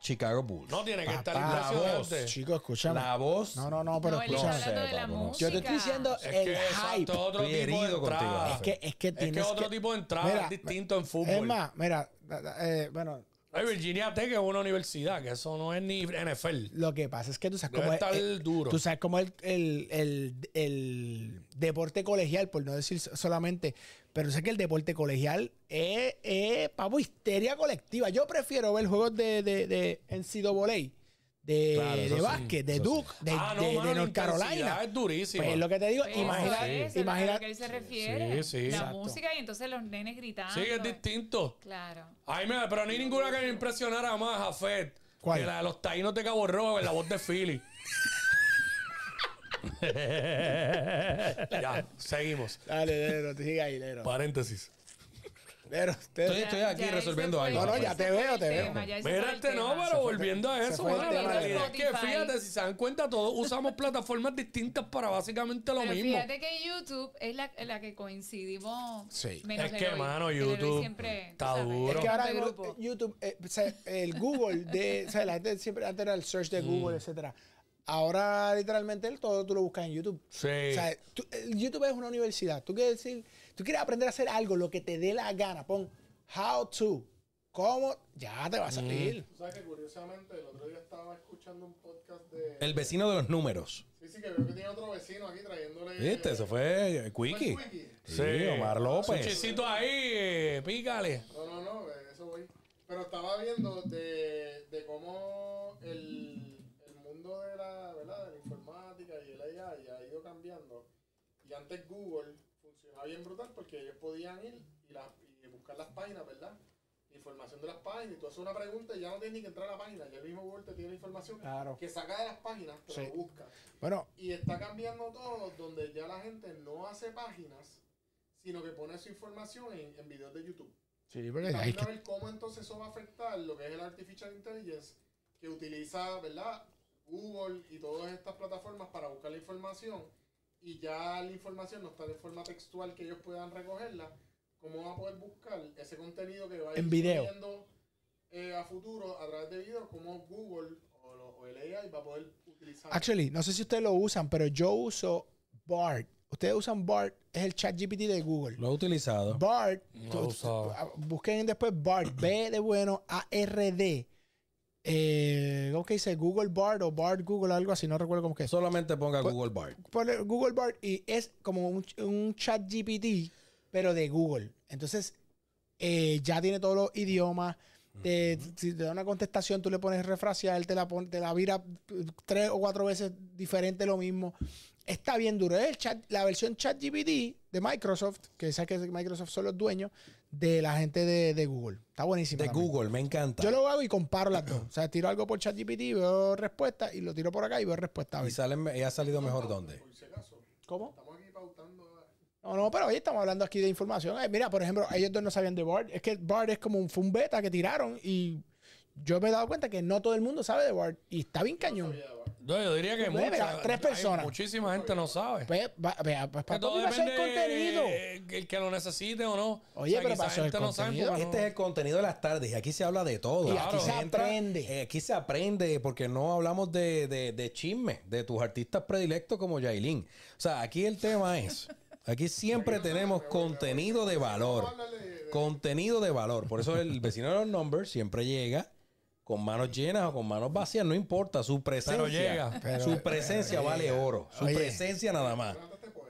Chicago Bulls. No tiene que estar Papá, impresionante. Chicos, escúchame. La voz. No, no, no, pero No, él está escúchame. hablando de No sé, la papo, no sé. música. Yo te estoy diciendo Es el que hype. exacto, otro Estoy tipo de herido contigo, entrada. Es que, es que Es que tienes otro tipo de entrada Mira, es distinto en fútbol. Es más, mira, da- da- eh, bueno, Ay, Virginia Tech es una universidad, que eso no es ni NFL. Lo que pasa es que tú sabes Debe cómo es. estar eh, duro. Tú sabes cómo el, el, el- el deporte colegial, por no decir so- solamente. Pero sé que el deporte colegial es, es pavo histeria colectiva. Yo prefiero ver juegos de, de, de NCAA, de, Claro, eso de sí, básquet, de eso Duke, de, ah, no, de- de mano, la North Carolina. intensidad es durísima. Pues es lo que te digo, Pues imagina, eso es, a imagina lo que él se sí, refiere. sí. La Exacto. música y entonces los nenes gritando. Sí, que es distinto. Claro. Ay, mira, pero no hay ninguna que me impresionara más, Jafet. ¿Cuál? Que la de los taínos de Cabo Rojo en la voz de Philly. ya, seguimos. Dale, Lero, te siga ahí, Lero. Paréntesis. Lero, usted- Estoy- estoy aquí él se resolviendo fue, algo. No, no, ya se te fue veo, el te veo. tema, ya se fue Mira, el este no, tema. pero volviendo a se eso, fue el mano, la tema de- realidad es que Spotify. fíjate, si se dan cuenta, todos usamos plataformas distintas para básicamente lo Pero mismo. fíjate que YouTube es la, la que coincidimos. Sí. menos Es el que, Eloy. mano, El Eloy YouTube siempre, está tú sabes, duro. Es Pero- que ahora el mismo, grupo. eh, YouTube, eh, o sea, el Google de, o sea, la gente siempre antes era el search de Google, etcétera. Ahora, literalmente, todo tú lo buscas en YouTube. Sí. O sea, tú- el YouTube es una universidad. Tú quieres decir, tú quieres aprender a hacer algo, lo que te dé la gana. Pon how to, cómo, ya te va a salir. Tú sabes que curiosamente el otro día estaba escuchando un podcast de. El vecino de los números. Sí, sí, que veo que tiene otro vecino aquí trayéndole. ¿Viste? Eso fue eh, ¿Fue Quickie. Quickie? Sí, Omar Un Pues. López. chisito Pues, ahí, eh, pícale. No, no, no, eh, eso voy. Pero estaba viendo de, de cómo el, el mundo de la, ¿verdad? de la informática y el AI ha ido cambiando. Y antes Google funcionaba bien brutal porque ellos podían ir y, las- y buscar las páginas, ¿verdad? Información de las páginas. Y tú haces una pregunta y ya no tienes ni que entrar a la página. Ya el mismo Google te tiene la información Claro. que saca de las páginas, pero Sí. lo busca. Bueno, Y está cambiando todo, donde ya la gente no hace páginas, sino que pone su información en- en videos de YouTube. sí, porque hay Hay que- que ver cómo entonces eso va a afectar lo que es el Artificial Intelligence que utiliza, ¿verdad? Google y todas estas plataformas para buscar la información y ya la información no está de forma textual que ellos puedan recogerla. ¿Cómo van a poder buscar ese contenido que va a ir En video. subiendo, eh, a futuro a través de videos? ¿Cómo Google o, lo- o el AI va a poder utilizar? Actually, no sé si ustedes lo usan, pero yo uso BART. Ustedes usan BART, es el chat GPT de Google. Lo he utilizado. BART, No tú- lo usaba. ah, busquen después BART, B de bueno, ARD. Eh, ¿Cómo que dice? Google BART o BART Google, algo así, no recuerdo cómo que es. Solamente ponga Pues- Google Bard. Ponle Google BART y es como un, un chat GPT, pero de Google. Entonces, eh, ya tiene todos los idiomas. Te, Si te da una contestación, tú le pones refrasear, te la, pon- te la vira eh, tres o cuatro veces diferente lo mismo. Está bien duro. Es el chat, la versión ChatGPT de Microsoft, que sabes que Microsoft son los dueños de la gente de, de Google. Está buenísimo. De también. Google, me encanta. Yo lo hago y comparo las dos. O sea, tiro algo por ChatGPT, veo respuesta y lo tiro por acá y veo respuesta. a y ver. salen, y ha salido mejor donde. Por si acaso, ¿Cómo? estamos aquí pautando. ah, No, no, pero hoy estamos hablando aquí de información. Ay, mira, por ejemplo, ellos dos no sabían de Bard. Es que Bard es como un, fue un beta que tiraron y yo me he dado cuenta que no todo el mundo sabe de Bard y está bien cañón. ya va. Yo, yo diría que Pues, mucha- mira, tres hay- personas. muchísima gente no sabe. Pues, va- vea, pues, Que para todo va a ser contenido. eh, que el que lo necesite o no. Oye, pero quizá para eso es gente no sabe contenido. porque no- Este es el contenido de las tardes y aquí se habla de todo. Y Claro. aquí se Entra- aprende. eh, aquí se aprende porque no hablamos de, de, de chisme, de tus artistas predilectos como Yailin. O sea, aquí el tema es, aquí siempre tenemos contenido de valor. Contenido de valor. Por eso el vecino de los numbers siempre llega con manos llenas o con manos vacías, no importa. Su presencia, llega. su presencia vale oro. Su Oye. presencia nada más.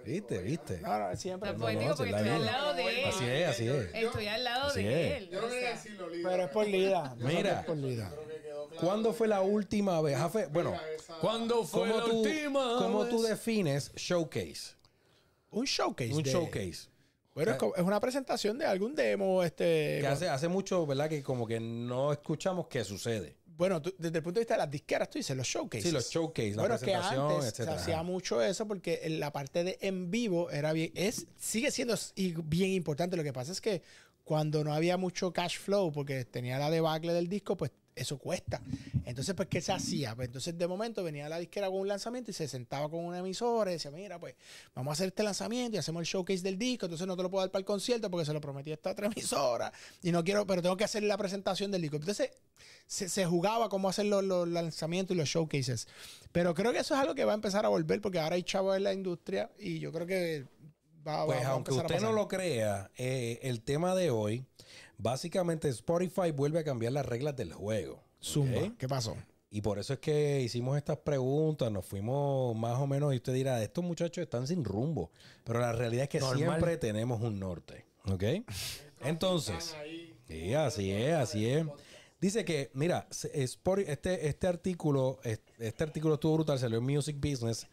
¿Viste? ¿viste? No, no, siempre. Está no, poético no, porque se la estoy al vi. lado de él. Así es, así es. Estoy al lado Así de es. él. Yo no o sea. quería decirlo, Lidia, Pero es por Lida. Mira. Es por Lida. que quedó claro ¿Cuándo fue la última vez? Ah, fue- Bueno, esa- ¿Cuándo fue ¿cómo la tú, última? cómo vez? tú defines showcase? Un showcase. Un de- showcase. Bueno, es como- es una presentación de algún demo. este Que hace, hace mucho, ¿verdad? Que como que no escuchamos qué sucede. Bueno, tú- desde el punto de vista de las disqueras, tú dices los showcases. Sí, los showcase, la Bueno, es que presentación, antes se etcétera. hacía mucho eso porque en la parte de en vivo era bien, es, sigue siendo s- y bien importante. Lo que pasa es que cuando no había mucho cash flow, porque tenía la debacle del disco, pues eso cuesta. Entonces, pues, ¿qué se hacía? Pues entonces, de momento, venía la disquera con un lanzamiento y se sentaba con una emisora y decía, mira, pues, vamos a hacer este lanzamiento y hacemos el showcase del disco, entonces no te lo puedo dar para el concierto porque se lo prometí a esta otra emisora y no quiero, pero tengo que hacer la presentación del disco. Entonces, se, se jugaba cómo hacer los, los lanzamientos y los showcases. Pero creo que eso es algo que va a empezar a volver porque ahora hay chavos en la industria y yo creo que va, va- Pues va a aunque empezar a usted no pasar. lo crea, eh, el tema de hoy, básicamente Spotify vuelve a cambiar las reglas del juego. Zumba, ¿ok? ¿qué pasó? Y por eso es que hicimos estas preguntas, nos fuimos más o menos, y usted dirá, estos muchachos están sin rumbo. Pero la realidad es que Normal. siempre tenemos un norte. ¿Ok? Entonces. ahí. Sí, así es, así es. Dice que, mira, se- eh, Spori- este, este artículo, es- este artículo estuvo brutal, salió en Music Business.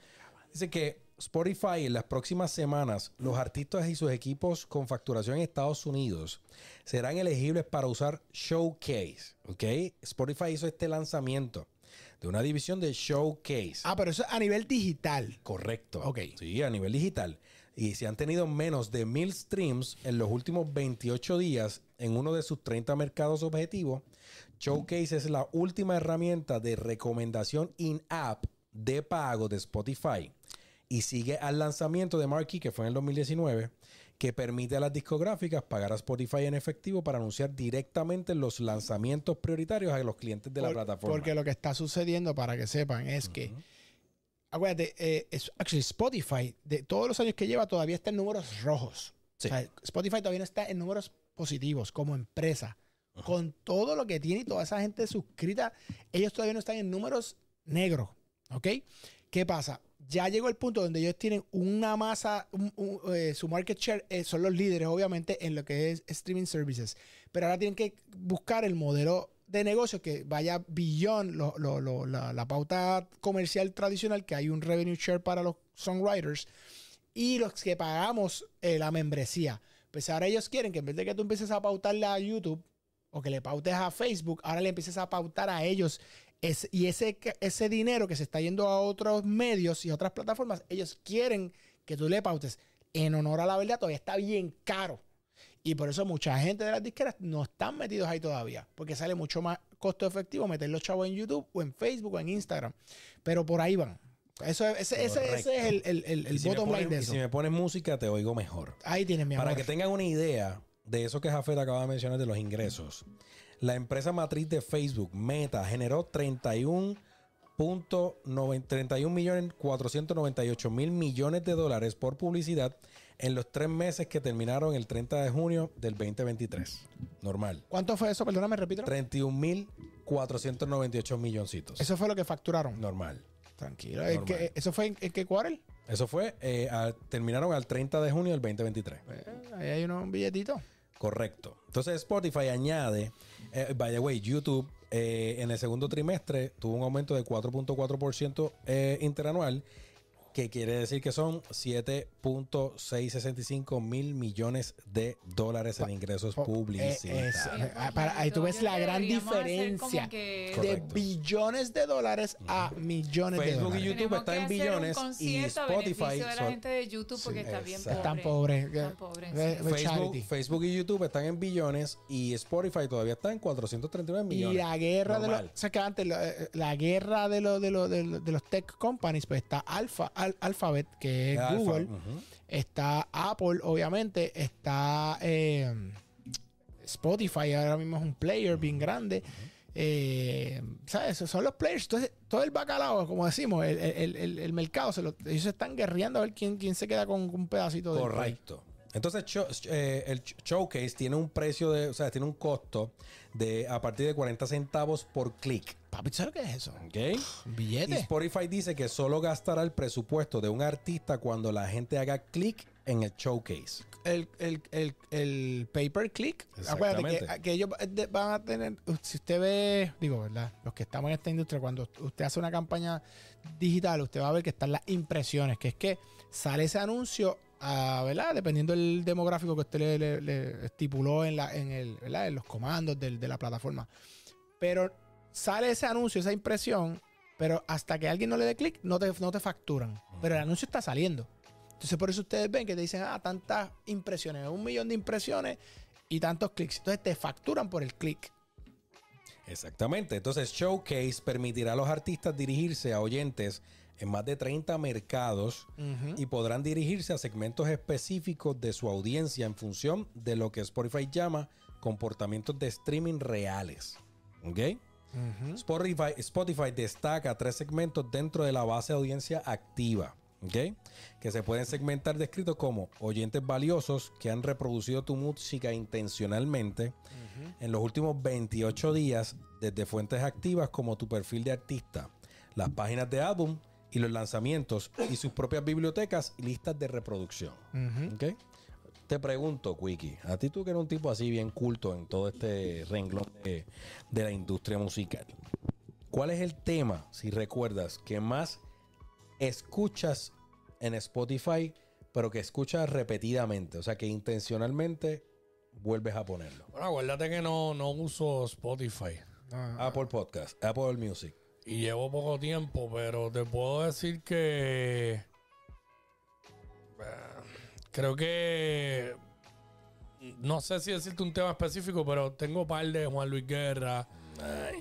Dice que Spotify en las próximas semanas, los artistas y sus equipos con facturación en Estados Unidos serán elegibles para usar Showcase, ¿ok? Spotify hizo este lanzamiento de una división de Showcase. Ah, pero eso es a nivel digital. Correcto. Ok. Sí, a nivel digital. Y si han tenido menos de mil streams en los últimos 28 días en uno de sus 30 mercados objetivos, Showcase es la última herramienta de recomendación in-app de pago de Spotify. Y sigue al lanzamiento de Marquee, que fue en el 2019, que permite a las discográficas pagar a Spotify en efectivo para anunciar directamente los lanzamientos prioritarios a los clientes de la Por- plataforma. Porque lo que está sucediendo, para que sepan, es que acuérdate, eh, es, actually, Spotify, de todos los años que lleva, todavía está en números rojos. Sí. O sea, Spotify todavía no está en números positivos como empresa. Con todo lo que tiene y toda esa gente suscrita, ellos todavía no están en números negros. ¿Ok? ¿Qué pasa? Ya llegó el punto donde ellos tienen una masa, un- un, eh, su market share eh, son los líderes, obviamente, en lo que es streaming services. Pero ahora tienen que buscar el modelo de negocio que vaya beyond lo- lo- lo- la, la pauta comercial tradicional, que hay un revenue share para los songwriters y los que pagamos eh, la membresía. Pues ahora ellos quieren que en vez de que tú empieces a pautarle a YouTube o que le pautes a Facebook, ahora le empieces a pautar a ellos. Es- y ese, ese dinero que se está yendo a otros medios y otras plataformas, ellos quieren que tú le pautes. En honor a la verdad, todavía está bien caro. Y por eso mucha gente de las disqueras no están metidos ahí todavía, porque sale mucho más costo efectivo meter los chavos en YouTube o en Facebook o en Instagram. Pero por ahí van. Eso, es- ese, ese- ese es el, el, el- el Y si me bottom pones- line de y eso. si me pones música, te oigo mejor. Ahí tienes, mi amor. Para que tengan una idea de eso que Jafet acaba de mencionar de los ingresos, la empresa matriz de Facebook, Meta, generó 31. 31.498.000 millones de dólares por publicidad en los tres meses que terminaron el 30 de junio del 2023. Normal. ¿Cuánto fue eso? Perdóname, repito. 31.498 milloncitos. Eso fue lo que facturaron. Normal. Tranquilo. es Normal. que- ¿Eso fue en, en qué quarter? Eso fue, eh, a- terminaron al 30 de junio del 2023. Ahí hay uno- un billetito. Eh, Correcto. Entonces Spotify añade, eh, by the way, YouTube eh, en el segundo trimestre tuvo un aumento de 4.4% eh, interanual, que quiere decir que son 7.665 mil millones de dólares en ingresos po- eh, publicitarios. es- Ah, para- ahí tú ves la gran diferencia. De Correcto. billones de dólares a millones de Facebook y dólares. YouTube está en billones y Spotify de la son- gente de YouTube porque Sí, está bien exacto. pobre. Están pobres. Están pobres, Ve- sí. ve Facebook, charity. Facebook y YouTube están en billones y Spotify todavía está en 439 millones. Y la guerra de Normal. los. o sea, que antes, la, eh, la guerra de, los de, los de, los- de los tech companies, pues está Alpha, Al- Alphabet, que es Alpha, Google. ujú. Está Apple, obviamente. Está eh, Spotify, ahora mismo es un player bien grande. Eh, ¿Sabes? Son los players. Entonces, todo el bacalao, como decimos, el, el- el- el mercado, se lo- ellos se están guerreando a ver quién, quién se queda con un pedacito de. Correcto. Entonces, cho- eh, el ch- showcase tiene un precio de, o sea, tiene un costo de a partir de 40 centavos por clic. Papi, ¿sabes qué es eso? ¿Ok? Un Y billete. Spotify dice que solo gastará el presupuesto de un artista cuando la gente haga clic en el showcase. el, el, el, el pay per click. Acuérdate que, Exactamente. que ellos de- van a tener, si usted ve, digo, ¿verdad? Los que estamos en esta industria, cuando usted hace una campaña digital, usted va a ver que están las impresiones, que es que sale ese anuncio, a, ¿verdad? Dependiendo del demográfico que usted le, le- le estipuló en, la, en, el, ¿verdad? en los comandos del- de la plataforma. Pero sale ese anuncio, esa impresión, pero hasta que alguien no le dé clic, no te, no te facturan. Pero el anuncio está saliendo. Entonces, por eso ustedes ven que te dicen, ah, tantas impresiones, un millón de impresiones y tantos clics. Entonces, te facturan por el clic. Exactamente. Entonces, Showcase permitirá a los artistas dirigirse a oyentes en más de 30 mercados y podrán dirigirse a segmentos específicos de su audiencia en función de lo que Spotify llama comportamientos de streaming reales. ¿Ok? Spotify, Spotify destaca tres segmentos dentro de la base de audiencia activa, ¿ok? Que se pueden segmentar descritos como oyentes valiosos que han reproducido tu música intencionalmente en los últimos 28 días desde fuentes activas como tu perfil de artista, las páginas de álbum y los lanzamientos y sus propias bibliotecas y listas de reproducción, ¿ok? Te pregunto, Quiki, a ti tú que eres un tipo así bien culto en todo este renglón de- de la industria musical. ¿Cuál es el tema, si recuerdas, que más escuchas en Spotify, pero que escuchas repetidamente? O sea, que intencionalmente vuelves a ponerlo. Bueno, acuérdate que no, no uso Spotify. Ah. Apple Podcast, Apple Music. Y llevo poco tiempo, pero te puedo decir que. eh, Creo que. No sé si decirte un tema específico, pero tengo par de Juan Luis Guerra.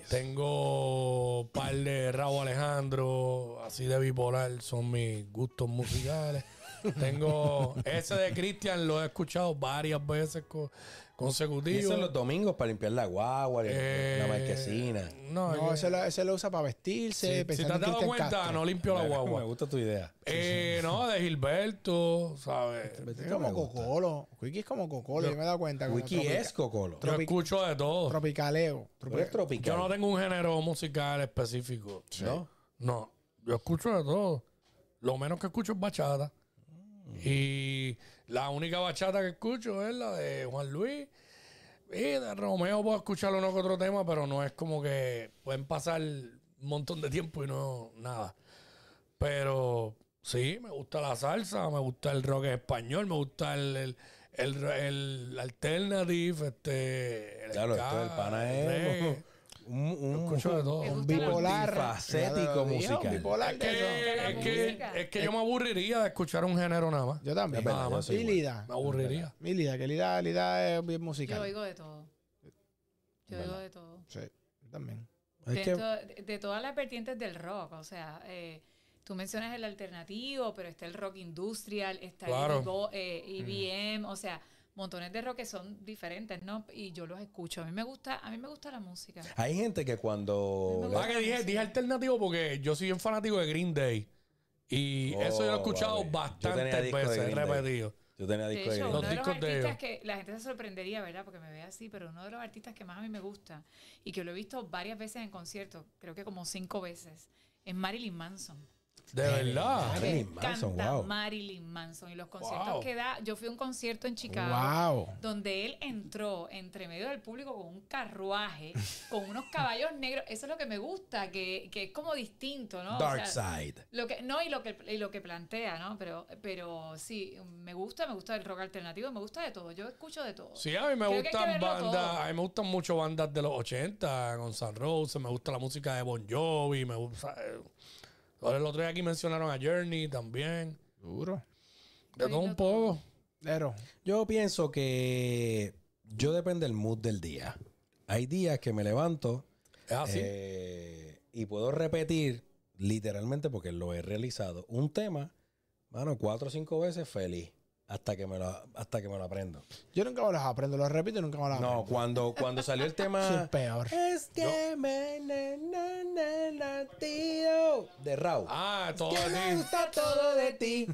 Tengo par de Raúl Alejandro, así de bipolar, son mis gustos musicales. Tengo ese de Cristian, lo he escuchado varias veces co- Y consecutivo. eso en los domingos para limpiar la guagua, lim- Eh, la marquesina. No, eh, No, es que- ese lo, ese lo usa para si, vestirse, si te pensando has en dado Cristian cuenta, Castro. no limpio la Me guagua. gusta tu idea. Eh, no, de Gilberto, ¿sabes? Es como Cocolo. Wiki es como Cocolo, yo me he dado cuenta. como Wiki tropica- es Cocolo. Yo escucho de todo. Tropicaleo. Pero es Pues tropical. Yo no tengo un género musical específico. ¿no? No, yo escucho de todo. Lo menos que escucho es bachata. Mm. Y la única bachata que escucho es la de Juan Luis. Y de Romeo puedo escuchar uno que otro tema, pero no es como que pueden pasar un montón de tiempo y no nada. Pero sí, me gusta la salsa, me gusta el rock español, me gusta el, el, el- el alternative, este. El Claro, ska, esto del pana el es reggae. un, un, Escucho de un todo. ¿Te gusta la- bipolar. Multifacético Ya lo dije, un musical. Bipolar Es de eso. que, La es, que, música. es que yo me aburriría de escuchar un género nada más. Ah, Yo Es también. verdad, yo más. soy Y igual. Lida. Me aburriría. Mi Lida, que Lida, Lida es bien Yo musical. oigo de todo. Yo Verdad. oigo de todo. Sí, yo también. Es de, que- to- de- de todas las vertientes del rock, o sea, eh, tú mencionas el alternativo, pero está el rock industrial, está Claro. el Evo- eh, EBM, o sea, montones de rock que son diferentes, ¿no? Y yo los escucho. A mí me gusta, a mí me gusta la música. Hay gente que cuando... Me Ah, que dije, dije alternativo porque yo soy un fanático de Green Day. Y Oh, eso yo lo he escuchado vale. Yo tenía bastantes disco de veces, Green Day. repetido. Yo tenía De disco de hecho, Green uno Los de Day. los discos de artistas ellos. que la gente se sorprendería, ¿verdad? Porque me ve así, pero uno de los artistas que más a mí me gusta y que lo he visto varias veces en conciertos, creo que como cinco veces, es Marilyn Manson. De Eh, verdad. Me Marilyn Manson, encanta wow. Marilyn Manson y los conciertos Wow. que da. Yo fui a un concierto en Chicago Wow. donde él entró entre medio del público con un carruaje, con unos caballos negros. Eso es lo que me gusta, que, que es como distinto, ¿no? O Dark sea, Side. Lo que, no, y lo que, y lo que plantea, ¿no? Pero, pero sí, me gusta, me gusta el rock alternativo, me gusta de todo. Yo escucho de todo. Sí, a mí me Creo que hay que gustan verlo bandas, todo. a mí me gustan mucho bandas de los 80, Guns N' Roses, me gusta la música de Bon Jovi, me gusta... eh, ahora el otro día aquí mencionaron a Journey también, Duro. de todo un poco. Pero, Yo pienso que yo depende del mood del día. Hay días que me levanto Es así. eh, y puedo repetir, literalmente porque lo he realizado, un tema, mano, cuatro o cinco veces feliz hasta que me lo, hasta que me lo aprendo. yo nunca me los aprendo, los repito y nunca me los aprendo. No, cuando, cuando salió el Eso es tema... peor. Es que me na, na, na, na, tío de Raúl. ah, todo que me así. gusta todo de ti.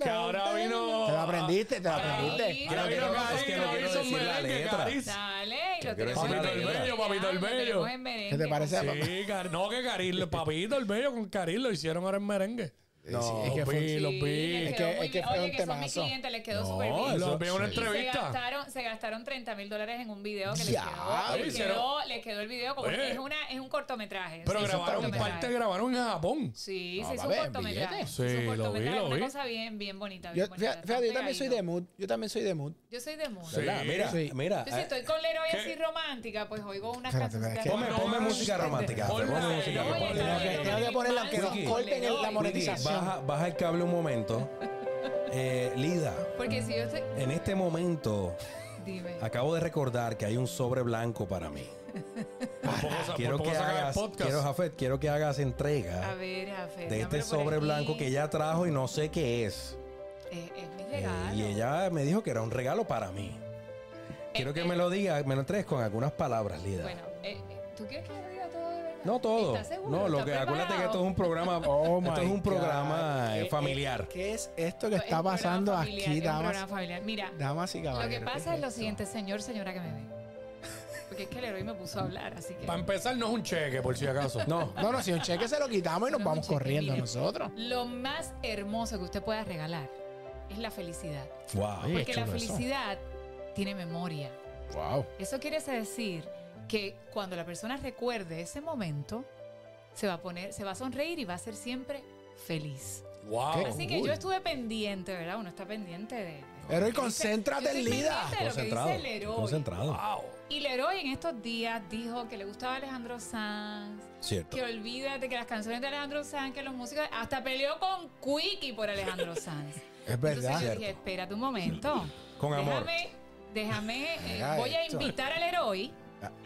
Que ahora vino... Te lo aprendiste, te lo Ahora aprendiste. vino Ahora vino Ahora Cariz, vino que no quiero Cariz, decir la merengue, letra. Cariz. Dale, y Yo lo quiero tenemos decir en Papito el merengue, Bello, Papito el lo tenemos Bello. en merengue. ¿Qué te parece? Sí, Car- no que Caril, papito, el bello con Caril lo hicieron ahora en merengue. No, Los es que fue- vi, los Sí, vi. les Es quedó que- muy es que bien. fue Oye, un que son mis temazo. clientes, les quedó No, súper bien. eso Los vi en una sí. Y se entrevista. gastaron, se gastaron 30 mil dólares en un video que les Ya, quedó, oye, les pero- quedó, les quedó el video como Oye. es, una, es un cortometraje. Eh. Pero se hizo un grabaron cortometraje. parte, grabaron en Japón. Sí, No, se hizo va a un ver, cortometraje. billetes. se hizo un Sí, lo vi, cortometraje, lo una vi. cosa bien, bien bonita. bien Yo, bonita, fíjate, fíjate, yo tan también soy de pegadito. mood. Yo también soy de mood. Yo soy de mood. Sí. ¿Verdad? Mira, Sí. mira. Yo si estoy con Leroy así romántica, pues oigo una Espérate, canción. espérate, Ponme, ponme música romántica. Ponla, ponme música eh, romántica. oye, Tengo que- tengo que ponerla, aunque nos corten el- la Wiki, monetización. baja, baja el cable un momento. Eh, Lida, Porque si yo estoy... en este momento Dime. acabo de recordar que hay un sobre blanco para mí. Por poco sa- Quiero por poco que sacan el hagas, podcast. quiero, Jafet, quiero que hagas A entrega ver, a ver. de este sobre blanco que ella trajo y no sé qué es. Es, es mi Eh, regalo. y ella me dijo que era un regalo para mí. Quiero que me lo diga, me lo entregues con algunas palabras, Lida. Este Bueno, eh, eh, ¿tú quieres que yo diga todo de verdad? no todo. ¿Estás seguro? No, lo ¿Estás que acuérdate que esto es preparado? un programa, Oh esto es un programa eh, familiar. ¿Qué es esto que Es está un programa pasando familiar, aquí, es un damas, programa familiar. Mira, damas y lo que caballeros? pasa es lo siguiente, señor, señora que me ve. Porque es que el héroe me puso a hablar, así que... Para empezar, no es un cheque, por si acaso. No, No, no, si un cheque se lo quitamos y nos No, vamos un cheque, corriendo mira. nosotros. Lo más hermoso que usted pueda regalar es la felicidad. wow. Porque la felicidad tiene memoria. Wow. Eso quiere decir que cuando la persona recuerde ese momento, se va a poner, se va a sonreír y va a ser siempre feliz. Wow. Así que yo estuve pendiente, ¿verdad? Uno está pendiente de. de- Pero y Yo estoy concéntrate en Lida. pendiente de lo que Ah, Concentrado. dice el Leroy. Concentrado. Wow. Y Leroy en estos días dijo que le gustaba Alejandro Sanz, Cierto. que olvídate que las canciones de Alejandro Sanz, que los músicos, hasta peleó con Quickie por Alejandro Sanz. Es verdad. Entonces yo dije, espérate un momento. Con amor. Déjame, déjame, eh, Mira voy a esto. Ah, invitar al héroe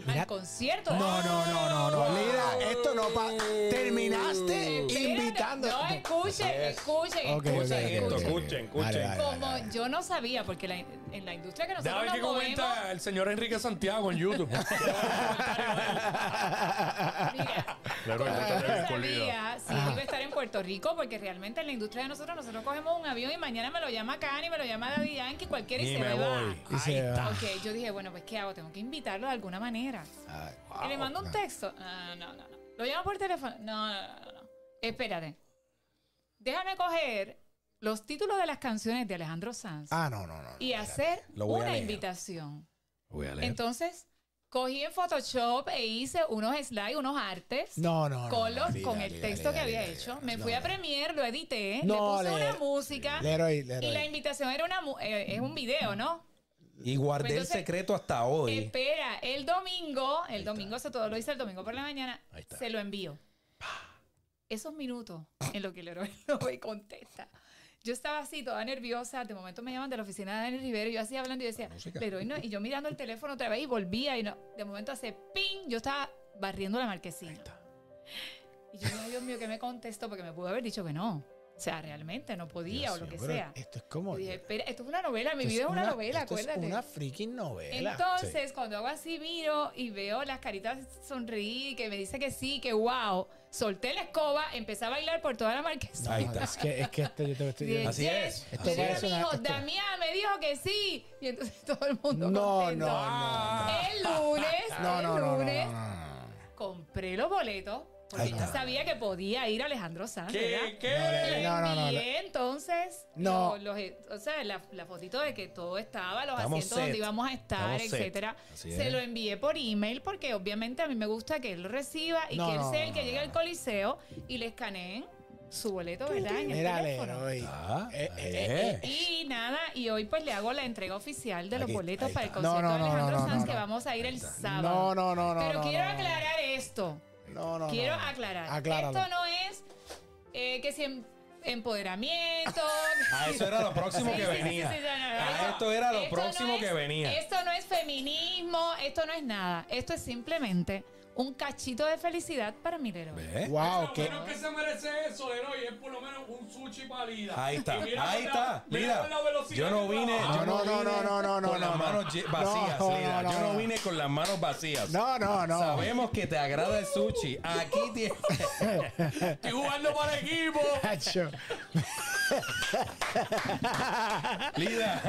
Mira- Al concierto. No, no, no, no, no. Mira, esto no pa. Terminaste Espérate, invitando. No, escuchen, escuchen, Ok, ok, ok, escuchen. Escuchen esto, ok. escuchen, escuchen. Dale, dale, dale, Como dale. yo no sabía, porque la, en la industria que Deja nosotros ver nos qué comenta movemos, el señor Enrique Santiago en YouTube. mira, Claro, hay mucha yo no desvinculida. sabía si iba a estar en Puerto Rico, porque realmente en la industria de nosotros, nosotros cogemos un avión y mañana me lo llama Cani, me lo llama Daddy Yankee, cualquiera y, Y se me va. voy. Y se va. Ok, yo dije, bueno, pues ¿qué hago? Tengo que invitarlo de alguna manera. Ay, Y le mando un texto. No, no, no, no. Lo llamo por teléfono. No, no, no, no, no. Espérate. Déjame coger los títulos de las canciones de Alejandro Sanz Ah, no, no, no. y hacer Lo voy a una leer. invitación. Voy a em, Entonces, cogí en Photoshop e hice unos slides, unos artes. No, no, no. Con, no, los- dale, con dale, el dale, texto que dale, había dale, hecho. dale, Me no, fui a dale. Premiere, lo edité, No, le puse le- una música Leroy, y la Leroy. invitación era una mu- eh, es un video, ¿no? Y guardé Entonces- em, el secreto hasta hoy. Espera, el domingo, el domingo, eso todo lo hice el domingo por la mañana, Ahí está. se lo envío. Esos minutos en lo que Leroy Loboy contesta. Yo estaba así, toda nerviosa. De momento me llaman de la oficina de Daniel Rivero y yo así hablando y decía, Leroy no. Y yo mirando el teléfono otra vez y volvía y no. De momento hace ping, yo estaba barriendo la marquesina. Y yo, no, Dios mío, ¿qué me contestó? Porque me pudo haber dicho que no. O sea, realmente no podía o lo que Pero sea. Esto es como. Y dije, espera, esto es una novela, mi esto vida es una, novela, esto acuérdate. Es una freaking novela. Entonces, cuando hago así, miro y veo las caritas sonreír, que me dice que sí, que wow. Solté la escoba, empecé a bailar por toda la marquesina. Ahí está. Es que, es que esto yo te estoy. Y yo- Así es. yes, Esto le digo a parece mi una- hijo, esto- Damián me dijo que sí. Y entonces todo el mundo No, no, contento. no. no. El lunes, No, no, el no, no, lunes, no, no, no. compré los boletos. Porque yo sabía que podía ir Alejandro Sanz, ¿verdad? ¿Qué? No, ¿Qué? le- no, no, no, Y le- Eh, entonces, No. lo- los- o sea, la, la fotito de que todo estaba, los Estamos asientos set. donde íbamos a estar, Estamos set. etcétera, Así se es. lo envié por email porque obviamente a mí me gusta que él lo reciba y No, que él no, sea el que no, llegue no, al coliseo y le escaneen su boleto, ¿verdad? En el Mira, teléfono. Leroy. Ah, Eh, ahí eh, es. Y nada, y hoy pues le hago la entrega oficial de los Aquí, boletos ahí para el está. concierto No, no, de no, Alejandro no, no, Sanz no, que no. vamos a ir el No, sábado. no, no, no. Pero no, quiero no, no. aclarar esto. No, no, no. Quiero no. aclarar. Acláralo. Esto no es eh, que si em- empoderamiento. A Ah, eso era lo próximo Sí, que sí, sí, venía. sí, sí, no, no, A no. esto era lo Esto no próximo es- que venía. Esto no es feminismo, esto no es nada. Esto es simplemente un cachito de felicidad para mi héroe. ¿Ve? Lo Wow, Eh, qué. menos que se merece eso, Leroy, es por lo menos un sushi palida. Ahí está, Y mira ahí la- está. mira Mira, la velocidad yo no que vine, trabaja. yo no Ah, No, no, vine no, no, no, no, con las no. manos ye- vacías, No, no, Lida. no, Yo no no. vine con las manos vacías. No, no, no. Sabemos que te agrada el sushi. Aquí tienes. Estoy jugando para el equipo. Cacho. Lida,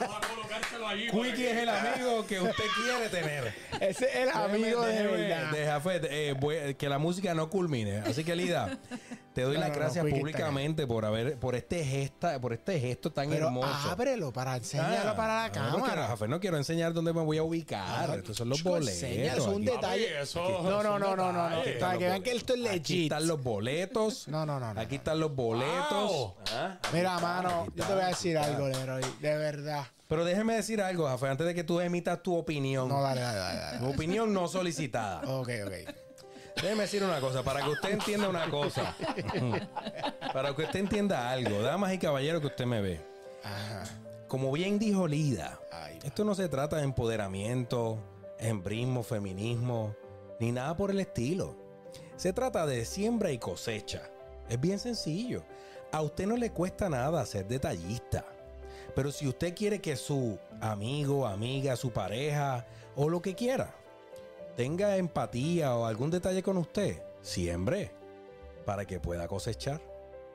Vamos a colocárselo allí. Quickie es el amigo que usted quiere tener. Ese es el amigo de Déjeme- verdad. deja, Fed, eh, voy- que la música no culmine. Así que Lida, te doy No, las no, no, gracias Quickie está públicamente por haber, por este gesta, por este gesto tan Pero hermoso. ábrelo para enseñarlo Ah, para la no, porque, cámara. Rafa, no quiero enseñar dónde me voy a ubicar. Estos son los Chico, boletos. enseña, es un Aquí- detalle. Papi, eso. No, no, son no, no, no, no. detalles. Para que vean que esto es Aquí legit. están los boletos. No, no, no, no, Aquí no. están los boletos. Wow. Ah, Mira, mano, yo te voy a decir algo, Leroy. De verdad. Pero déjeme decir algo, Rafa, antes de que tú emitas tu opinión. No, dale, dale, dale. dale. Tu opinión no solicitada. Ok, ok. Déjeme decir una cosa, para que usted entienda una cosa. para que usted entienda algo, damas y caballeros que usted me ve. Como bien dijo Lida, Ahí va. esto no se trata de empoderamiento, embrismo, feminismo, ni nada por el estilo. Se trata de siembra y cosecha. Es bien sencillo. A usted no le cuesta nada ser detallista. Pero si usted quiere que su amigo, amiga, su pareja o lo que quiera tenga empatía o algún detalle con usted, siembre para que pueda cosechar.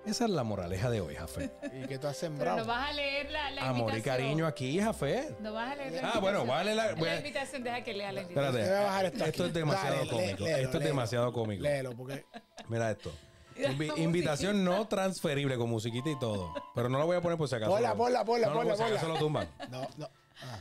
Esa es la moraleja de hoy, Jafé. ¿Y qué tú has Pero sembrado? no vas a leer la, la Amor y invitación. cariño aquí, Jafé. No vas a leer la Ah, invitación. bueno, vale la. voy La a- invitación, deja que lea la invitación. espérate. Voy a bajar esto Esto, aquí. es demasiado Dale, lé- cómico. léelo, esto es léelo. demasiado cómico. Léelo, porque. Mira esto. Y la Invi- musiquita. invitación no transferible con musiquita y todo. Pero no la voy a poner por si acaso. Ponla, lo- ponla, ponla, no, no, ponla, por si acaso ponla. lo tumban. No, no.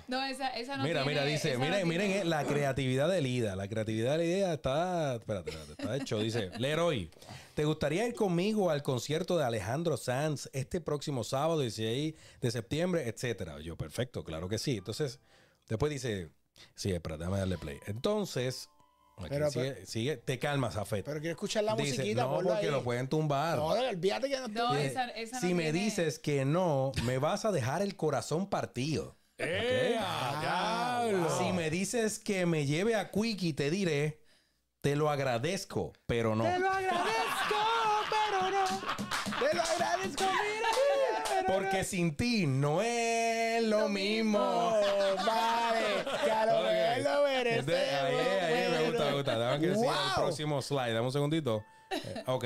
No, esa, esa no Mira, tiene- mira, dice, esa no miren, miren tiene- eh, la creatividad de Lida. La creatividad de Lida está, espérate, espérate, está hecho. Dice, Leroy, ¿te gustaría ir conmigo al concierto de Alejandro Sanz este próximo sábado, 16 de septiembre, etcétera? Yo, perfecto, claro que sí. Entonces, después dice, sí, espérate, déjame darle play. Entonces, Aquí Pero- sigue, sigue- te calmas, Afet. Pero quiero escuchar la Dice, musiquita, no, ponlo porque ahí. lo pueden tumbar. No, olvídate que no estoy- No, Eh, esa, esa no si me tiene- dices que no, me vas a dejar el corazón partido. ¡Ea! ¡Diablo! Si Ah, me dices que me lleve a Quickie, te diré, te lo agradezco, pero no. Te lo agradezco, pero no. Te lo agradezco, mira. pero no. Porque sin ti no es lo mismo. Oh, vale, ya lo Ok. Este, ves, lo Entonces, merecemos, Ahí, ahí, ahí, me gusta, me gusta. Dame que siga el Wow. próximo slide. Dame un segundito. Eh, ok.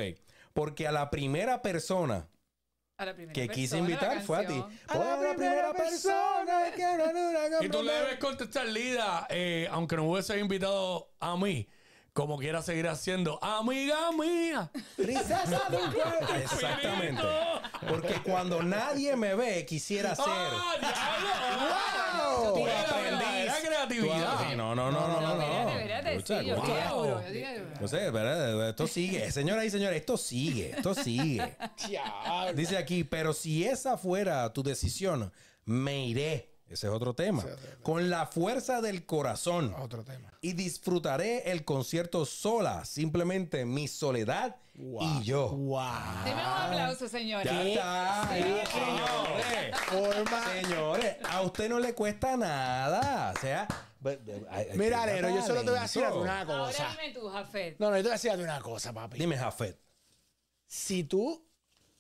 Porque a la primera persona A la primera que quise persona, la invitar fue a ti. canción. A la primera persona que no logra Y tú le debes comprender. contestar, Lida, eh, aunque no hubiese invitado a mí, como quiera seguir haciendo, amiga mía. Princesa de un pueblo. Exactamente. Porque cuando nadie me ve, quisiera ser. ¡Ah, diablo! Wow. Tú Tu eres la aprendiz. verdadera creatividad. Sí, no, no, no, no, no. No, no. espérate, espérate, Escucha, sí, yo estoy de wow. acuerdo, yo estoy de acuerdo. No sé, ¿verdad? Esto sigue, señoras y señores, esto sigue, esto sigue. Diablo. Dice aquí, pero si esa fuera tu decisión, me iré. Ese es otro tema. Con la fuerza del corazón Otro tema. y disfrutaré el concierto sola, simplemente mi soledad y yo. Wow. Deme un aplauso, señores. Ya está. ya, Sí. señores. Forma. Señores, a usted no le cuesta nada. O sea, be- be- hay- hay Mira, que Lero, yo solo te voy a decir talento. una Ahora cosa. dime tú, Jafet. No, no, yo te voy a decir una cosa, papi. Dime, Jafet. Si tú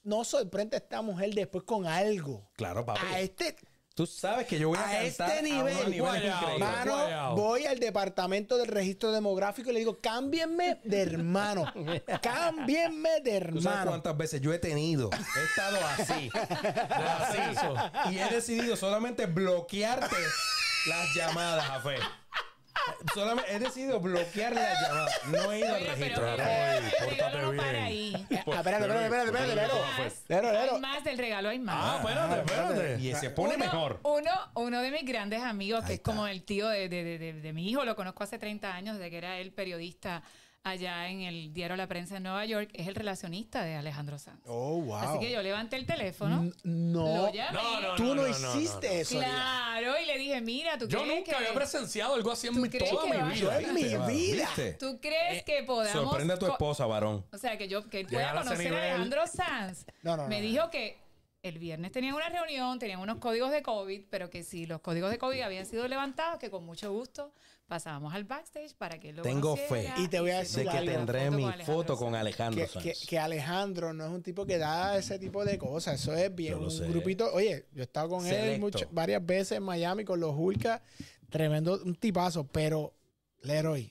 no sorprendes a esta mujer después con algo, Claro, papi. a este Tú sabes que yo voy a, A cantar este a nivel, unos niveles guayao, increíbles. mano. Hermano, Guayao. voy al departamento del registro demográfico y le digo, cámbienme de hermano. cámbienme de ¿Tú sabes hermano. cuántas veces yo he tenido? He estado así. así. Y he decidido solamente bloquearte las llamadas, Jafé. Solamente he decidido bloquear las llamadas. No he ido al Oye, registro. pero Jafé. mira, Ay, el regalo no pórtate para bien. ahí. Ah, Espérate, espérate, espérate, espérate, Hay espérate. más, Lero, Lero. Hay más del regalo, hay más. Ah, espérate, espérate. Y se pues, pone Uno- mejor. Uno, uno de mis grandes amigos, que Ahí es como el tío de, de- de- de- de mi hijo, lo conozco hace 30 años, desde que era él periodista allá en el diario La Prensa en Nueva York, es el relacionista de Alejandro Sanz. Oh, wow. Así que yo levanté el teléfono, N- No, lo llamé. No, no, tú no, no, no, hiciste no, no. eso. Lina. Claro, y le dije, mira, ¿tú Yo crees nunca que, había presenciado algo así en ¿Tú mi, crees toda que mi va? vida. Yo en mi Viste, vida. ¿viste? ¿tú creres que podamos... Sorprende a tu co- esposa, varón. O sea, que yo que él Llegar a pueda ese conocer a nivel. Alejandro Sanz. No, no, no, me no. dijo que el viernes tenían una reunión, tenían unos códigos de COVID, pero que si los códigos de COVID habían sido levantados, que con mucho gusto pasábamos al backstage para que él lo Tengo fe. conociera. Y te voy a se De decir que tomara algo. la tendré mi Alejandro foto Sanz. con Alejandro Que, Sanz. que- que Alejandro no es un tipo que da ese tipo de cosas. Eso es bien. Yo lo un sé. grupito. Oye, yo he estado con él Selecto. mucho- varias veces en Miami con los Hulka. Tremendo, un tipazo. Pero Leroy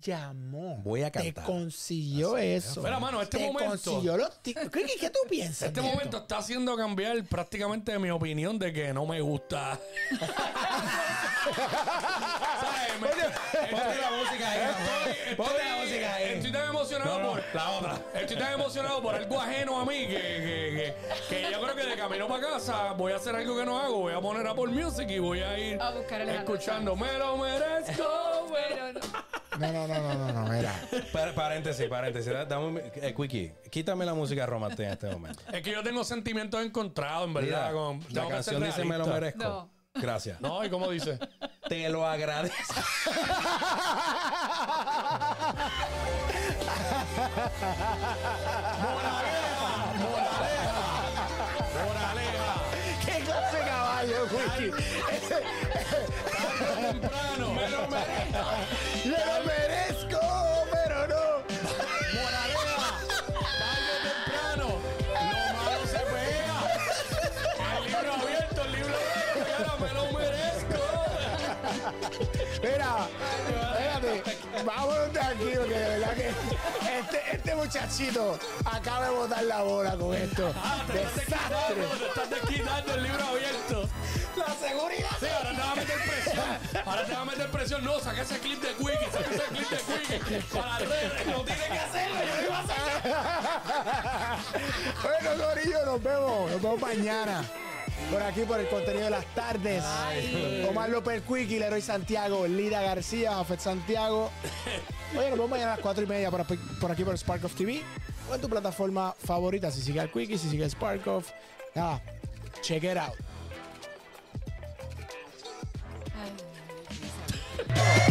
llamó. Voy a Te cantar. consiguió eso. Mira, mano, este Te momento- consiguió los ti- ¿Qué, qué- qué tú piensas? Este de esto? momento está haciendo cambiar prácticamente mi opinión de que no me gusta. ¿Sabes? Me- Ponte la música ahí. Jafé. estoy- Ponte la estoy- música ahí. Estoy tan emocionado No, no, por. la otra. Estoy tan emocionado por algo ajeno a mí que, que- que- que yo creo que de camino para casa voy a hacer algo que no hago. Voy a poner Apple Music y voy a ir A buscar a Alejandro escuchando. Me lo merezco. No, bueno, no. No, no, no, no, no, no, mira. Pa- paréntesis, paréntesis. Da- Dame, un- eh, Quickie, quítame la música romántica en este momento. Es que yo tengo sentimientos encontrados, en verdad. Mira, con- la tengo que ser canción dice me lo realista". merezco. No. Gracias. No, ¿y cómo dice? Te lo agradezco. ¿Qué clase de caballo, Wiki? Temprano, me lo merezco. ¡Le lo merezco! Pero no. temprano. Lo malo se pega. El libro abierto, el libro abierto. y ahora me lo merezco. Mira, espérate, vámonos de aquí, porque de verdad que este, este muchachito acaba de botar la bola con esto. Ah, Te estás Desastre. desquitando, te estás desquitando el libro abierto. La seguridad. Sí, ahora te va a meter presión. Ahora te va a meter presión. No, saca ese clip de Quickie, saca ese clip de Quickie. Para las redes, no tiene que hacerlo. Yo lo iba a sacar. Bueno, Corillo, nos vemos. Nos vemos mañana. Por aquí, por el contenido de las tardes. Omar López Quick, Leroy Santiago, Lida García, Jafet Santiago. Oye, nos vemos mañana a las 4 y media por, aquí- por aquí, por Spark of TV. O en tu plataforma favorita, si sigue al Quick si sigue al Spark of. Nada, check it out. Ay,